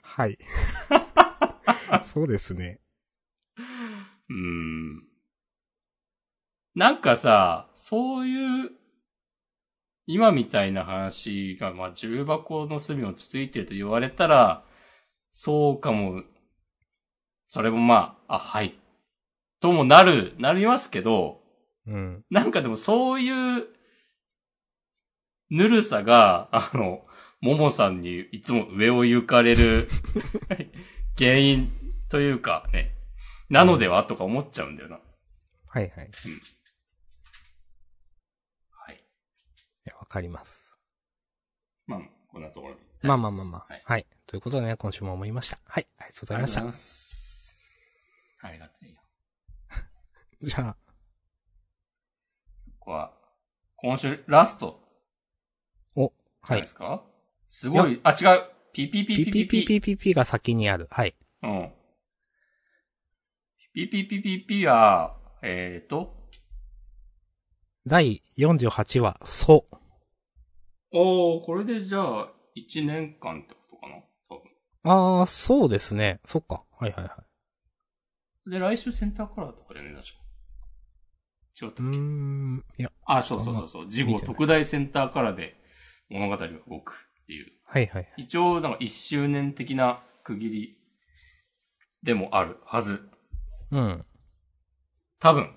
B: はい。そうですね。
A: うーん。なんかさ、そういう、今みたいな話が、まあ、重箱の隅落ち着いてると言われたら、そうかも、それもまあ、あ、はい。ともなる、なりますけど、
B: うん。
A: なんかでもそういう、ぬるさが、あの、ももさんにいつも上を行かれ る原因というかね、なのではとか思っちゃうんだよな。
B: はいはい。い
A: はい。
B: や、わかります。
A: まあ、こんなところで。
B: まあまあまあまあ。
A: はい。
B: はい。ということでね、今週も思いました。はい。ありがとうご
A: あ
B: ざい
A: りがとうご
B: まし
A: ざ
B: た
A: い。ます。ありがたいよ。
B: じゃあ、
A: ここは、今週ラストじ
B: お、
A: ゃ
B: は
A: ない
B: い
A: で。すか、すごい、あ、違う。ピピピピピピ
B: PPPPP が先にある。はい。
A: うん。ピピピピピは、えっ、ー、と、
B: 第48話、ソ。
A: おおこれでじゃあ、1年間ってことかな多
B: あー、そうですね。そっか。はいはいはい。
A: 分。で、来週センターカラーとかでね、確か。違っ
B: う
A: た
B: ーん。いや、
A: あ、そうそうそうそう。事後特大センターカラーで物語が動くっていう。
B: はいはい。
A: 一応、なんか1周年的な区切りでもあるはず。
B: うん。
A: 多分。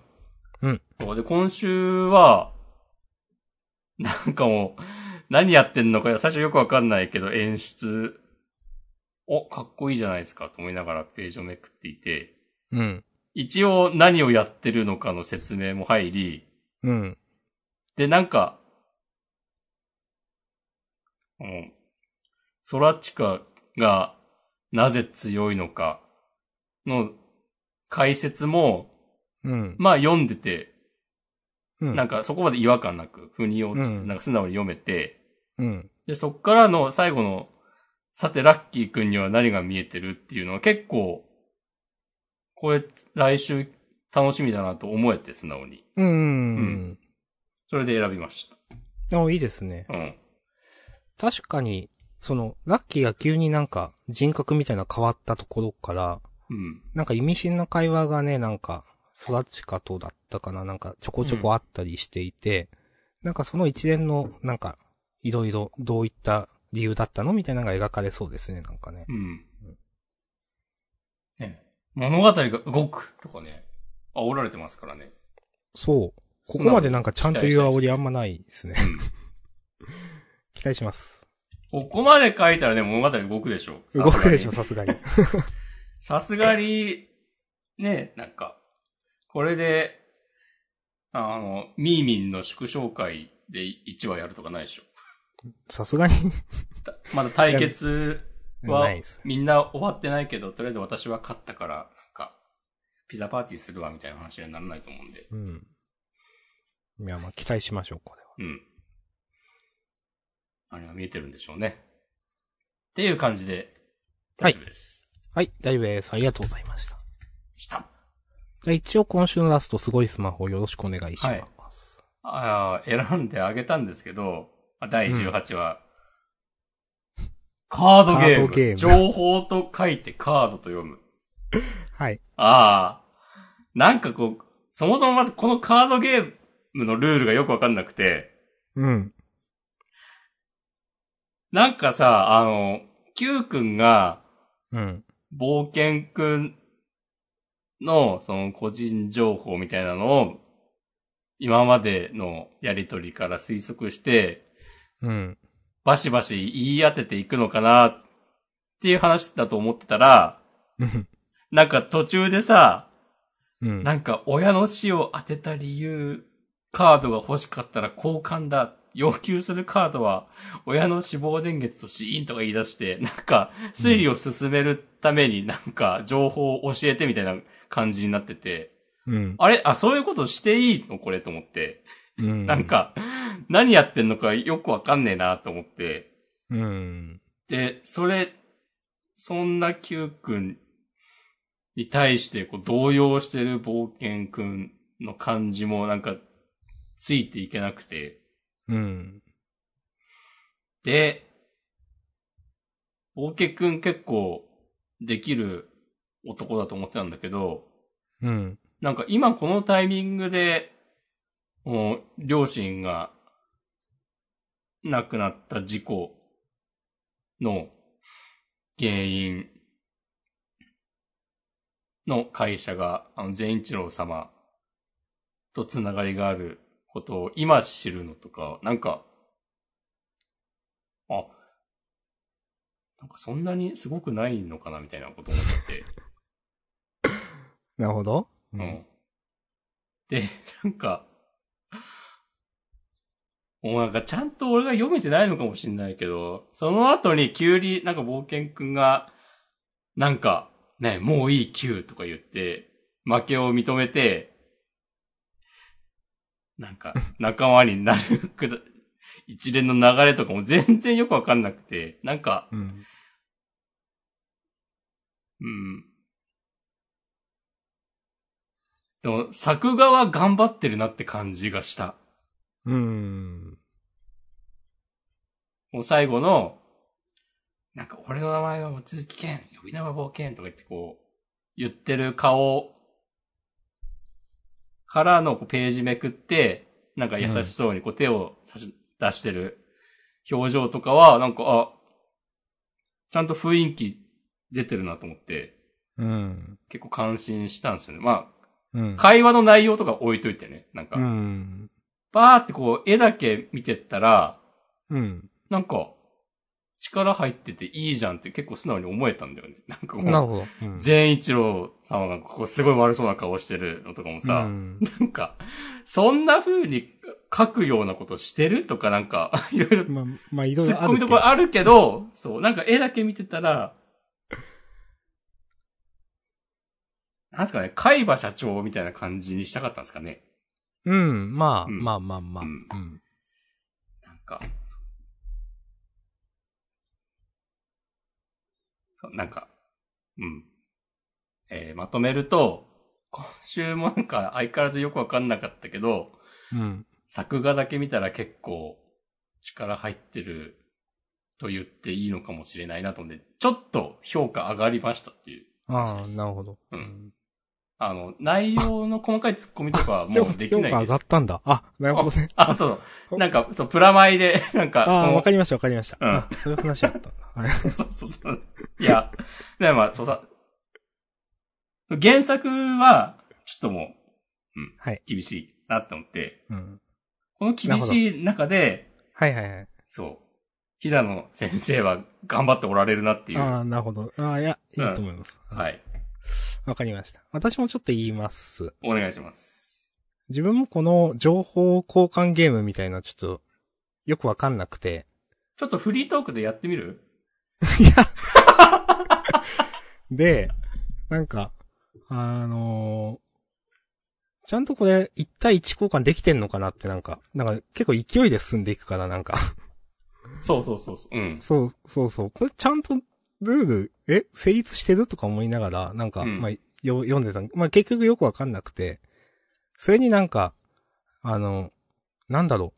B: うん。
A: そうで、今週は、なんかもう、何やってんのか最初よくわかんないけど、演出、お、かっこいいじゃないですかと思いながらページをめくっていて、
B: うん。
A: 一応何をやってるのかの説明も入り、
B: うん。
A: で、なんか、うん、ソラチカがなぜ強いのかの解説も、
B: うん。
A: まあ読んでて、
B: うん。
A: なんかそこまで違和感なく、腑に落ち
B: う
A: て、
B: ん
A: なんか素直に読めて、
B: うん。
A: で、そっからの最後の、さてラッキーくんには何が見えてるっていうのは結構、これ来週楽しみだなと思えて素直に。
B: うーん。
A: それで選びまし
B: あ、いいですね。
A: た。うん。
B: 確かに、その、ラッキーが急になんか人格みたいな変わったところから、
A: うん。
B: なんか意味深な会話がね、なんか、育ちかとだったかな、なんかちょこちょこあったりしていて、なんかその一連の、なんか、いろいろどういった理由だったのみたいなのが描かれそうですね、なんかね。
A: うん。ね、物語が動くとかね、煽られてますからね。
B: そう。ここまでなんかちゃんと言う煽りあんまないですね。
A: うん。
B: 期待します。
A: ここまで書いたらね、物語動くでしょ。
B: 動くでしょ、
A: さすがに
B: さすがに。
A: さすがに、ね、なんか、これで、あの、ミーミンの祝勝会で1話やるとかないでしょ。
B: さすが に。
A: たまだ対決は
B: ないです、
A: みんな終わってないけど、とりあえず私は勝ったから、なんか、ピザパーティーするわみたいな話にはならないと思うんで。
B: うん。いや、まあ期待しましょう、これは。
A: うん。あれは見えてるんでしょうね。っていう感じで、
B: は
A: 大
B: い
A: 丈夫です。
B: はい、大丈夫です。ありがとうございました。
A: した。
B: じゃあ一応今週のラスト、すごいスマホよろしくお願いします。
A: ああ、選んであげたんですけど、あ第18話、カードゲーム。
B: カードゲーム
A: 情報と書いてカードと読む。
B: はい。
A: ああ、なんかこう、そもそもまずこのカードゲームのルールがよくわかんなくて、
B: うん。
A: なんかさ、あの、Q くんが、
B: うん。
A: 冒険くんの、その個人情報みたいなのを、今までのやりとりから推測して、
B: うん。
A: バシバシ言い当てていくのかなっていう話だと思ってたら、
B: うん
A: なんか途中でさ、
B: うん。
A: なんか親の死を当てた理由、カードが欲しかったら交換だ。要求するカードは親の死亡電月と死因とか言い出して、なんか推理を進めるためになんか情報を教えてみたいな感じになってて、
B: うん。
A: あれあ、そういうことしていいのこれと思って。
B: うん。
A: なん。か、何やってんのかよくわかんねえなと思って。
B: うん。
A: で、それ、そんな Q くんに対してこう動揺してる冒険くんの感じもなんかついていけなくて。
B: うん。
A: で、冒険くん結構できる男だと思ってたんだけど、
B: うん。
A: なんか今このタイミングで、もう両親が亡くなった事故の原因の会社が、あの、善一郎様とつながりがあることを今知るのとか、なんか、あ、なんかそんなにすごくないのかなみたいなこと思っちゃって。
B: なるほど。う
A: う。ん。で、 なんか、もうなんかちゃんと俺が読めてないのかもしんないけど、その後に急になんか冒険くんが、なんか、ね、もういい Q とか言って、負けを認めて、なんか、仲間になるくだ、一連の流れとかも全然よくわかんなくて、なんか、
B: うん。
A: うん。でも、作画は頑張ってるなって感じがした。
B: うん。
A: もう最後の、なんか俺の名前はもう鈴木健、呼び名は冒険とか言ってこう、言ってる顔からのこうページめくって、なんか優しそうにこう手を差し出してる表情とかは、なんか、あ、ちゃんと雰囲気出てるなと思って、
B: うん。
A: 結構感心したんですよね。まあ、
B: うん。
A: 会話の内容とか置いといてね。なんか、
B: うん。
A: バーってこう、絵だけ見てったら、
B: うん。
A: なんか、力入ってていいじゃんって結構素直に思えたんだよね。 なんかこ
B: なる
A: う、
B: ほど。うん
A: 善一郎さんがここすごい悪そうな顔してるのとかもさ、
B: うん
A: なんか、そんな風に書くようなことしてるとかなんか、 いろいろ、
B: まあ、まあ、いろい
A: 突っ
B: ろあ
A: 込
B: る
A: み
B: け
A: と
B: ど
A: こ。あるけど、そう、なんか絵だけ見てたら、なんすかね、海馬社長みたいな感じにしたかったんですかね。
B: うん。まあ、
A: うん
B: まあまあまあ。
A: う
B: うんん。
A: なんか、なんか、うん。えーまとめると、今週もなんか相変わらずよくわかんなかったけど、
B: うん。
A: 作画だけ見たら結構力入ってると言っていいのかもしれないなと思って、ちょっと評価上がりましたっていう。
B: ああ、なるほど。
A: うん
B: ん。
A: あの、内容の細かい突っ込みとかはもうできない
B: 評価上
A: で
B: がっ
A: す。
B: たんだ。あ、なるほどね。
A: あ、そう。なんか、そう、プラマイで、なんか、
B: ああ、
A: この
B: わかりました、わかりました。
A: うん
B: あそういう話だったんだ。はい
A: そうそうそう。いや、だからまあ、そうさ、原作は、ちょっともう、うん、
B: はい
A: 厳しいなって思って、
B: うん。
A: この厳しい中で、
B: はいはいはい。
A: そう、平野先生は頑張っておられるなっていう、
B: あ
A: は
B: あ、なるほど。ああ、いや、いいと思います。い。
A: い、
B: わかりました。私もちょっと言います。
A: お願いします。
B: 自分もこの情報交換ゲームみたいな、ちょっと、よくわかんなくて。
A: ちょっとフリートークでやってみる
B: で、なんか、あのーちゃんとこれ、1対1交換できてんのかなってなんか、なんか結構勢いで進んでいくから、なんか。
A: そうそうそうそう。うん。
B: そう、そうそう。これちゃんとルール、え成立してるとか思いながら、なんか、
A: うん
B: まあ、よ、読んでたん。まあ、結局よくわかんなくて。それになんか、あの、なんだろ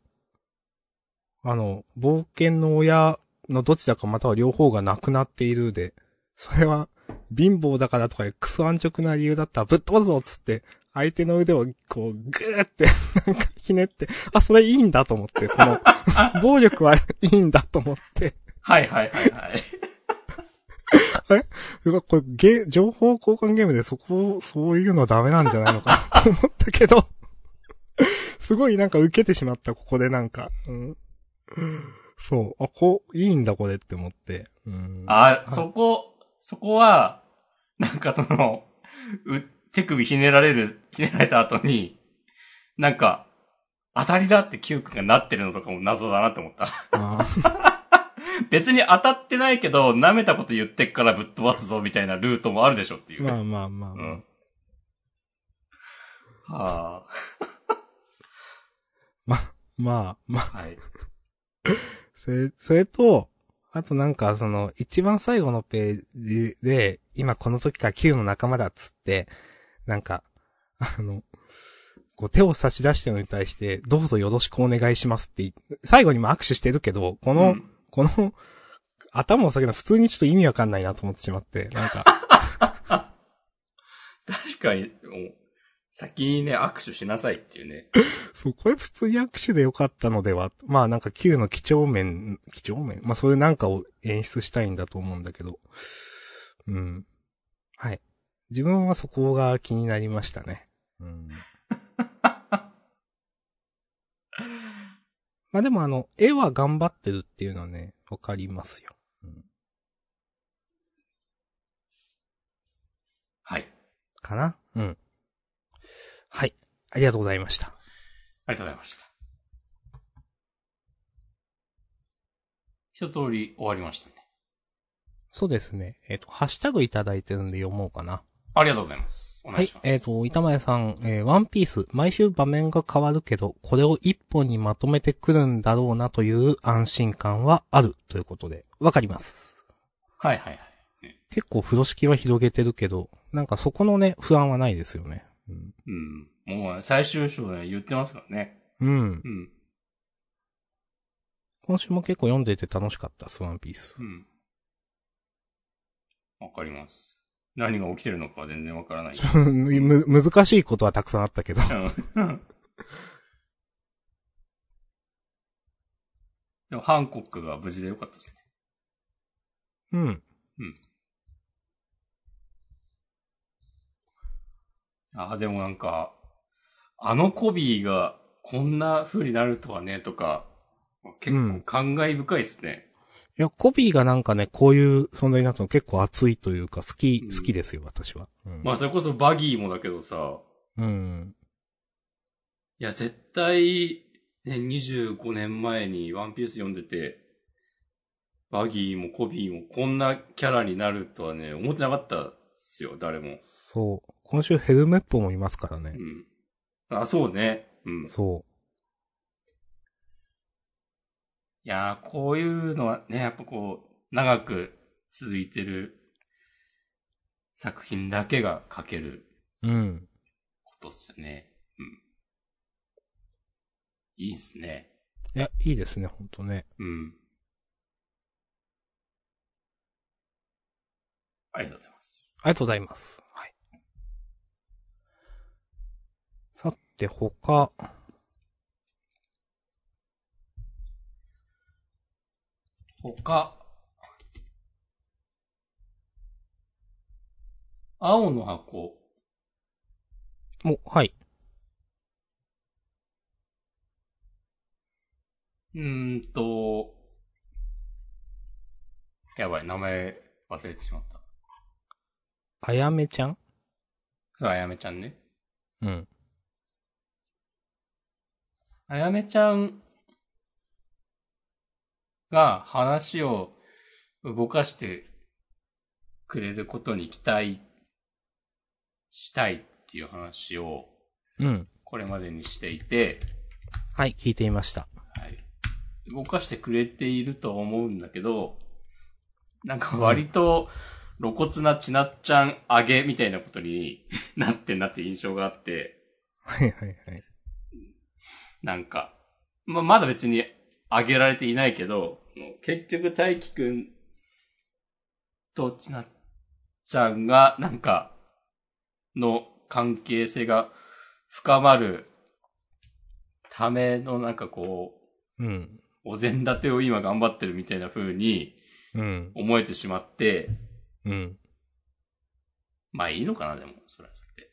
B: う。あの、冒険の親のどちらかまたは両方が亡くなっているで、それは貧乏だからとかいうクソ安直な理由だったらぶっ飛ばすぞっつって、相手の腕をこうグーって、なんかひねって、あ、それいいんだと思って、この、 暴力はいいんだと思って、
A: はいはいはいはい。
B: うわ、これゲ、情報交換ゲームでそこ、そういうのダメなんじゃないのかなと思ったけど、 すごいなんか受けてしまった、ここでなんか。うん、そう。あ、こう、いいんだこれって思って。うん、
A: あ、
B: い
A: そこ、そこは、なんかその、う、手首ひねられる、ひねられた後に、なんか、当たりだってキュー君がなってるのとかも謎だなって思った。
B: あー
A: 別に当たってないけど、舐めたこと言ってっからぶっ飛ばすぞみたいなルートもあるでしょっていう。
B: まあまあまあ
A: う
B: まあ。
A: ん。は
B: まあまあ。
A: あ、 はい。
B: それ、それと、あとなんかその、一番最後のページで、今この時から Q の仲間だっつって、なんか、あの、こう手を差し出してるのに対して、どうぞよろしくお願いしますって言い、最後にも握手してるけど、こ
A: こ
B: の、この、頭を下げるの普通にちょっと意味わかんないなと思ってしまって、なんか、
A: 確かに、もう、先にね、握手しなさいっていうね。
B: そう、これ普通に握手でよかったのでは。まあなんか Q の几帳面、几帳面まあそういうなんかを演出したいんだと思うんだけど。うん。はい。自分はそこが気になりましたね。うん。まあでもあの、絵は頑張ってるっていうのはね、わかりますよ。
A: はい。
B: かなうん。はい。ありがとうございました。
A: ありがとうございました。一通り終わりましたね。
B: そうですね。えっ、と、ハッシュタグいただいてるんで読もうかな。
A: ありがとうございます。お
B: は
A: 願い
B: い
A: しま、す。
B: えっ、と、板前さん、えーワンピース、毎週場面が変わるけど、これを一本にまとめてくるんだろうなという安心感はあるということで、わかります。
A: はいはいはい。
B: 結構風呂敷は広げてるけど、なんかそこのね、不安はないですよね。うん。
A: うん。もう、最終章ね、言ってますからね。
B: うん
A: う。ん。
B: 今週も結構読んでて楽しかったです、ワンピース
A: う。ん。わかります。何が起きてるのかは全然わから ない。
B: む、難しいことはたくさんあったけど。
A: うん でも、ハンコックが無事でよかったですね。
B: うん。
A: ああ、でもなんか、あのコビーがこんな風になるとはね、とか、結構感慨深いですね。
B: いや、コビーがなんかね、こういう存在になったの結構熱いというか、好き、好きですよ、私は。うん。
A: まあ、それこそバギーもだけどさ、
B: うん。
A: いや、絶対、ね、25年前にワンピース読んでて、バギーもコビーもこんなキャラになるとはね、思ってなかったっすよ、誰も。
B: そう。今週ヘルメッポもいますからね。
A: うん。あ、そうね。うん。い
B: そ
A: やー、こういうのはね、やっぱこう、長く続いてる作品だけが書ける
B: う。うん。
A: ことっすよね。うん。いいっすね。
B: いや、いいですね、ほんとね。
A: うん。ありがとうございます。
B: ありがとうございます。はい。さて、他。
A: 他。青の箱。
B: も、はい。
A: うーんと、やばい、名前忘れてしまった。
B: あやめちゃん
A: そうあやめちゃんね。
B: うん。
A: あやめちゃんが話を動かしてくれることに期待したいっていう話を
B: うん。
A: これまでにしていて、
B: はい、聞いていました。
A: はい、動かしてくれていると思うんだけど、なんか割と露骨なちなっちゃんあげみたいなことになってんなっていう印象があって、
B: はいはいはい。
A: なんか、まあ、まだ別にあげられていないけど、もう結局大輝くんとちなっちゃんが、なんか、の関係性が深まるためのなんかこう、
B: うん。
A: お膳立てを今頑張ってるみたいな風に
B: うん。
A: 思えてしまって、
B: うん。
A: まあいいのかな、でも、それはそれ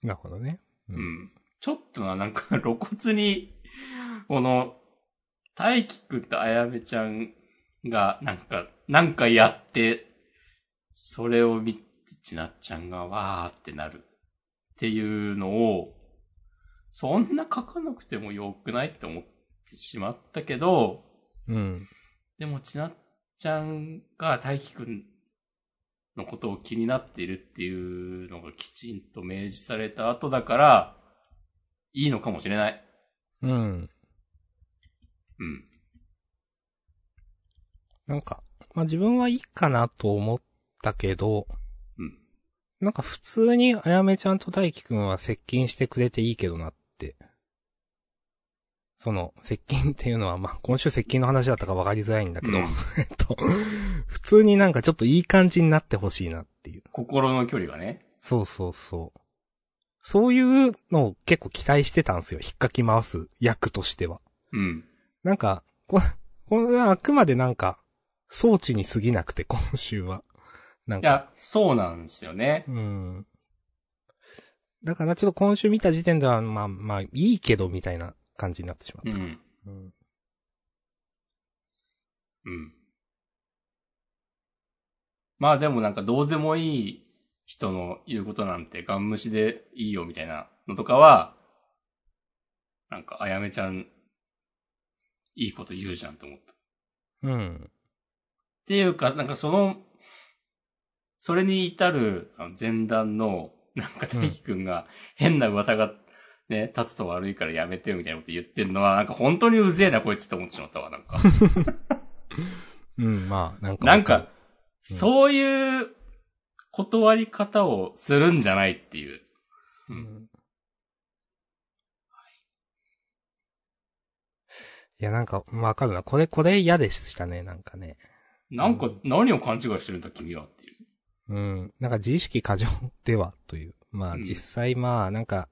A: で。
B: なるほどね。う。
A: うんん。ちょっとな、なんか 露骨に、この、大輝くんとあやめちゃんが、なんか、なんかやって、それを見て、ちなっちゃんがわーってなる。っていうのを、そんな書かなくてもよくないって思ってしまったけど、
B: うん。
A: でも、ちなっちゃんが大輝くんのことを気になっているっていうのがきちんと明示された後だから、いいのかもしれない。
B: うん。
A: うん。
B: なんか、まあ、自分はいいかなと思ったけど、
A: うん。
B: なんか普通にあやめちゃんと大輝くんは接近してくれていいけどなって。その、接近っていうのは、まあ、今週接近の話だったか分かりづらいんだけど、
A: うん
B: えっと、普通になんかちょっといい感じになってほしいなっていう。
A: 心の距離がね。
B: そうそうそう。そういうのを結構期待してたんですよ。引っかき回す役としては。
A: うん。
B: なんか、こ、 これはあくまでなんか、装置に過ぎなくて、今週は。なん
A: い
B: か。
A: や、そうなんですよね。
B: うん。だからちょっと今週見た時点では、まあまあ、いいけど、みたいな感じになってしま
A: う
B: った。
A: ん。
B: うん
A: うん。まあでもなんかどうでもいい人の言うことなんてガン無視でいいよみたいなのとかは、なんかあやめちゃん、いいこと言うじゃんと思った。っ
B: うん。
A: ていうか、なんかその、それに至るあの前段の、なんか
B: うん
A: 大輝くんが変な噂がね、立つと悪いからやめてよみたいなこと言ってんのは、なんか本当にうぜえなこいつって思ってしまったわ、 なんか。
B: うん、まあ、なんか。
A: なんか、
B: うん
A: そういう断り方をするんじゃないっていう。う
B: う
A: ん
B: ん。いや、なんか、わかるな。これ、これ嫌でしたね、なんかね。
A: なんか、何を勘違いしてるんだ君はっていう。
B: うん。なんか、自意識過剰では、という。まあ、
A: うん
B: 実際、まあ、なんか、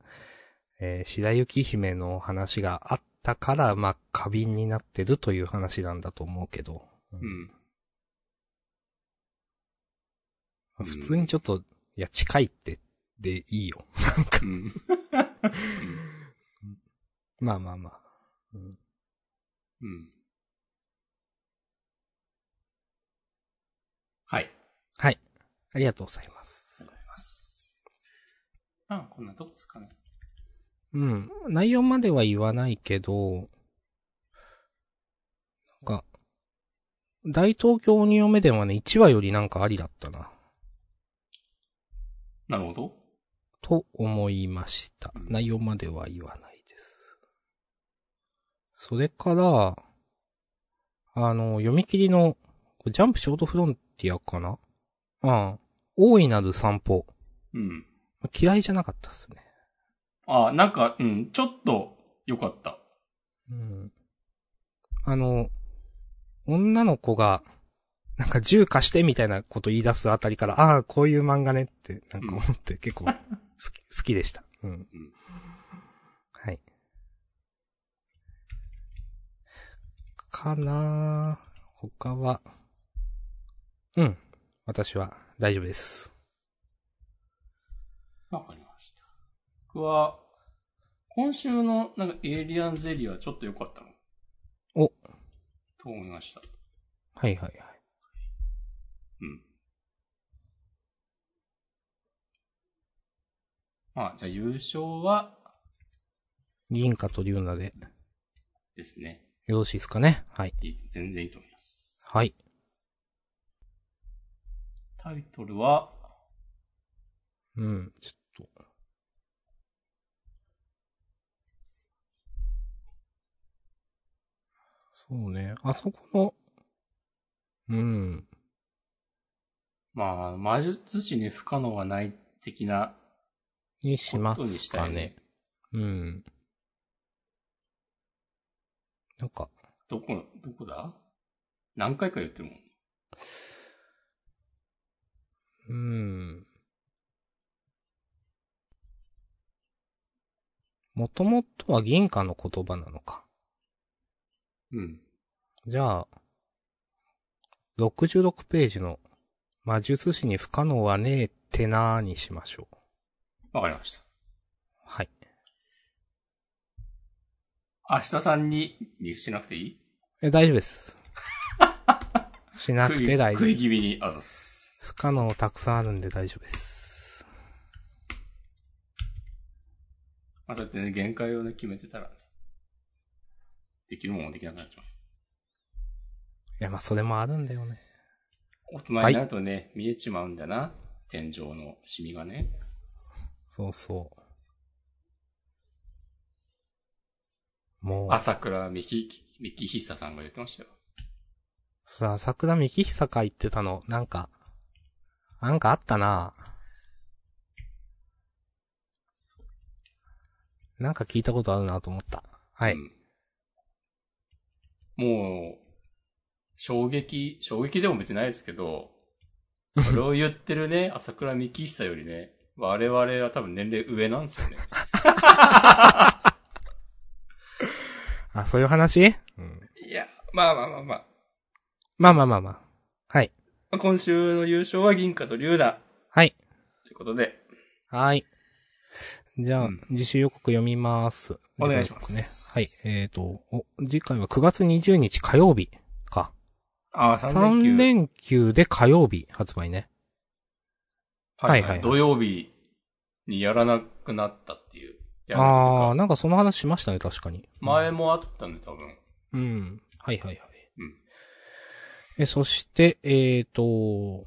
B: えー白雪姫の話があったから、まあ、過敏になってるという話なんだと思うけど。うん
A: うん。
B: まあ普通にちょっと、いや、近いって、でいいよ。
A: うん。
B: まあまあまあ。
A: うん。はい。
B: はい。ありがとうございます。
A: まあ、こんなとこですかね。
B: うん。内容までは言わないけど、なんか、大東京鬼嫁伝はね、1話よりなんかありだったな、
A: なるほど。
B: と思いました。
A: うん
B: 内容までは言わないです。それから、あの、読み切りの、これジャンプショートフロンティアかなうん。大いなる散歩。
A: うん。
B: 嫌いじゃなかったですね。
A: あ、なんか、うん、ちょっと、良かった。
B: うん。あの、女の子が、なんか銃貸してみたいなこと言い出すあたりから、ああ、こういう漫画ねって、なんか思って結構好き、 好きでした。うん
A: うん。
B: はい。かなー他は。うん。私は大丈夫です。
A: わかりました。僕は、今週のなんかエイリアンゼリアはちょっと良かったの。
B: お
A: と思いました。
B: はいはいはい。
A: うん。まあ、じゃあ優勝は
B: 銀貨と龍奈で
A: ですね。
B: よろしいですかね。はい。
A: いい全然いいと思います。
B: はい。
A: タイトルは、
B: うん、ちょっと。そうね、あそこの、うん、
A: まあ、魔術師に不可能はない的な
B: にし
A: こ
B: ま
A: とに
B: す
A: したよ
B: か
A: ね。
B: ね。うん。なんか、
A: どこ、どこだ何回か言っても。
B: うん。もともとは銀貨の言葉なのか。
A: うん。
B: じゃあ、66ページの魔術師に不可能はねえってなーにしましょ
A: わかりました。
B: はい。
A: 明日さんに、にしなくていい
B: え、大丈 夫です。しなくて大丈
A: 食
B: 夫
A: い。食い気味に、あざす。
B: 不可能たくさんあるんで大丈夫です。
A: まあ、だってね、限界をね、決めてたらね。できるもんもできなくなっちゃう。
B: いや、まあ、それもあるんだよね。
A: 大人になるとね、見えちまうんだな。天井のシミがね。
B: そうそう。もう、
A: 朝倉美希、美希久さんが言ってましたよ。
B: そら、桜幹久か言ってたの、なんか、なんかあったななんか聞いたことあるなと思った。はい。
A: うんもう、衝撃、衝撃でも別にないですけど、それを言ってるね、朝倉美希久よりね、我々は多分年齢上なんですよね。
B: あ、そういう話、うん、
A: いや、まあまあまあまあ。
B: まあまあまあまあ。はい。
A: まあ今週の優勝は銀貨と龍だ。
B: はい。
A: ということで、
B: はい。じゃあ、
A: うん
B: 自主予告読みます。
A: お願いします
B: ね。はい。えっ、と、お、次回は9月20日火曜日か。
A: ああ、3
B: 3
A: 連休。
B: 連休で火曜日発売ね。
A: はい
B: はい
A: は
B: はい
A: い。土曜日にやらなくなったっていう。やる
B: ああー、なんかその話しましたね、確かに。
A: 前もあったんで多分。
B: うん。はいはいはい。
A: うん
B: え、そして、えっ、と、こ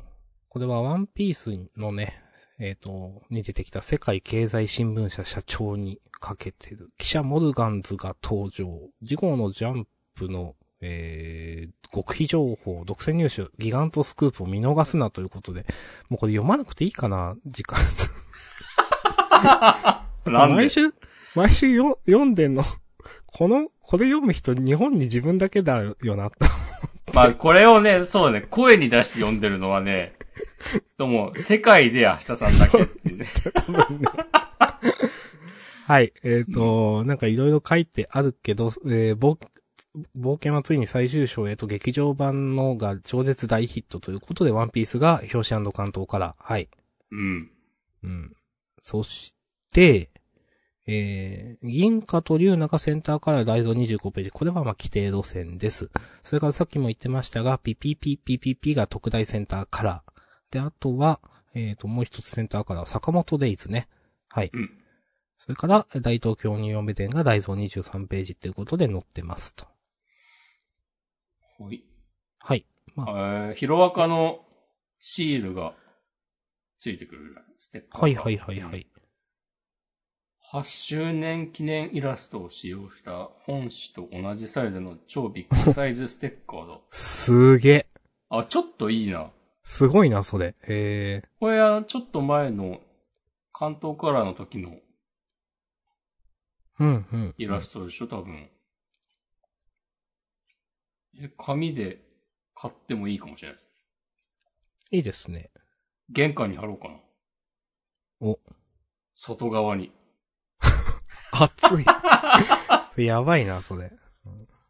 B: れはワンピースのね、えっ、と、に出てきた世界経済新聞社社長にかけてる記者モルガンズが登場。次号のジャンプの、えー、極秘情報、独占入手、ギガントスクープを見逃すなということで、もうこれ読まなくていいかな、時間。
A: なんで
B: 毎週、毎週よ読んでんの。この、これ読む人、日本に自分だけだよな、と。
A: まあ、これをね、そうね、声に出して読んでるのはね、どうも、世界で明日さんだけっていうね。
B: はい。えっ、と、なんかいろいろ書いてあるけど、えー冒、冒険はついに最終章へと劇場版のが超絶大ヒットということで、ワンピースが表紙関東から。はい。
A: うん。
B: うん。そして、えー、銀貨と龍中センターから大蔵25ページ。これはまあ規定路線です。それからさっきも言ってましたが、ピピピピピピが特大センターから。で、あとは、えー、と、もう一つセンターから、坂本デイズね。はい。
A: うん
B: それから、大東京ニューヨンベ店が大蔵23ページということで載ってますと。
A: ほい。
B: はい。
A: えー、ヒロアカのシールがついてくるぐらい。ステッカーが
B: はいはいはいはい。。
A: 8周年記念イラストを使用した本紙と同じサイズの超ビッグサイズステッカーだ。
B: すげえ。
A: あ、ちょっといいな。
B: すごいな、それ。えー、
A: これはちょっと前の関東カラーの時の
B: うんうん。
A: イラストでしょ、多分。え、紙で買ってもいいかもしれないです。
B: いいですね。
A: 玄関に貼ろうかな。
B: お。
A: 外側に。
B: 熱い。それやばいな、 それ。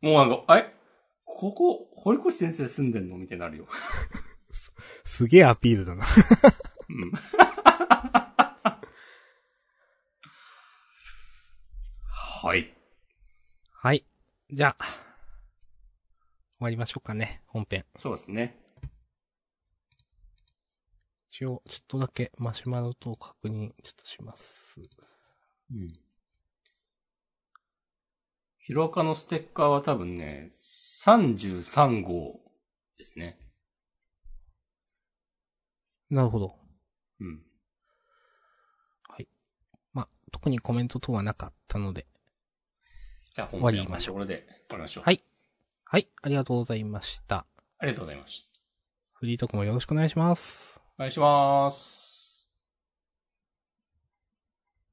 A: もうなんか、えここ、堀越先生住んでんのみたいになるよ。
B: すげえアピールだな。
A: うん。 はい。
B: はい。じゃあ、終わりましょうかね、本編。
A: そうですね。
B: 一応、ちょっとだけマシュマロと確認、ちょっとします。
A: うん。ヒロアカのステッカーは多分ね、33号ですね。
B: なるほど。
A: うん。
B: まあ、特にコメント等はなかったので。
A: じゃあ本
B: 終わり
A: 編はこ
B: ま
A: の
B: しょ
A: ところで終わりましょう。
B: はいはい、ありがとうございました。
A: ありがとうございました。
B: フリートークもよろしくお願いします。
A: お願いします。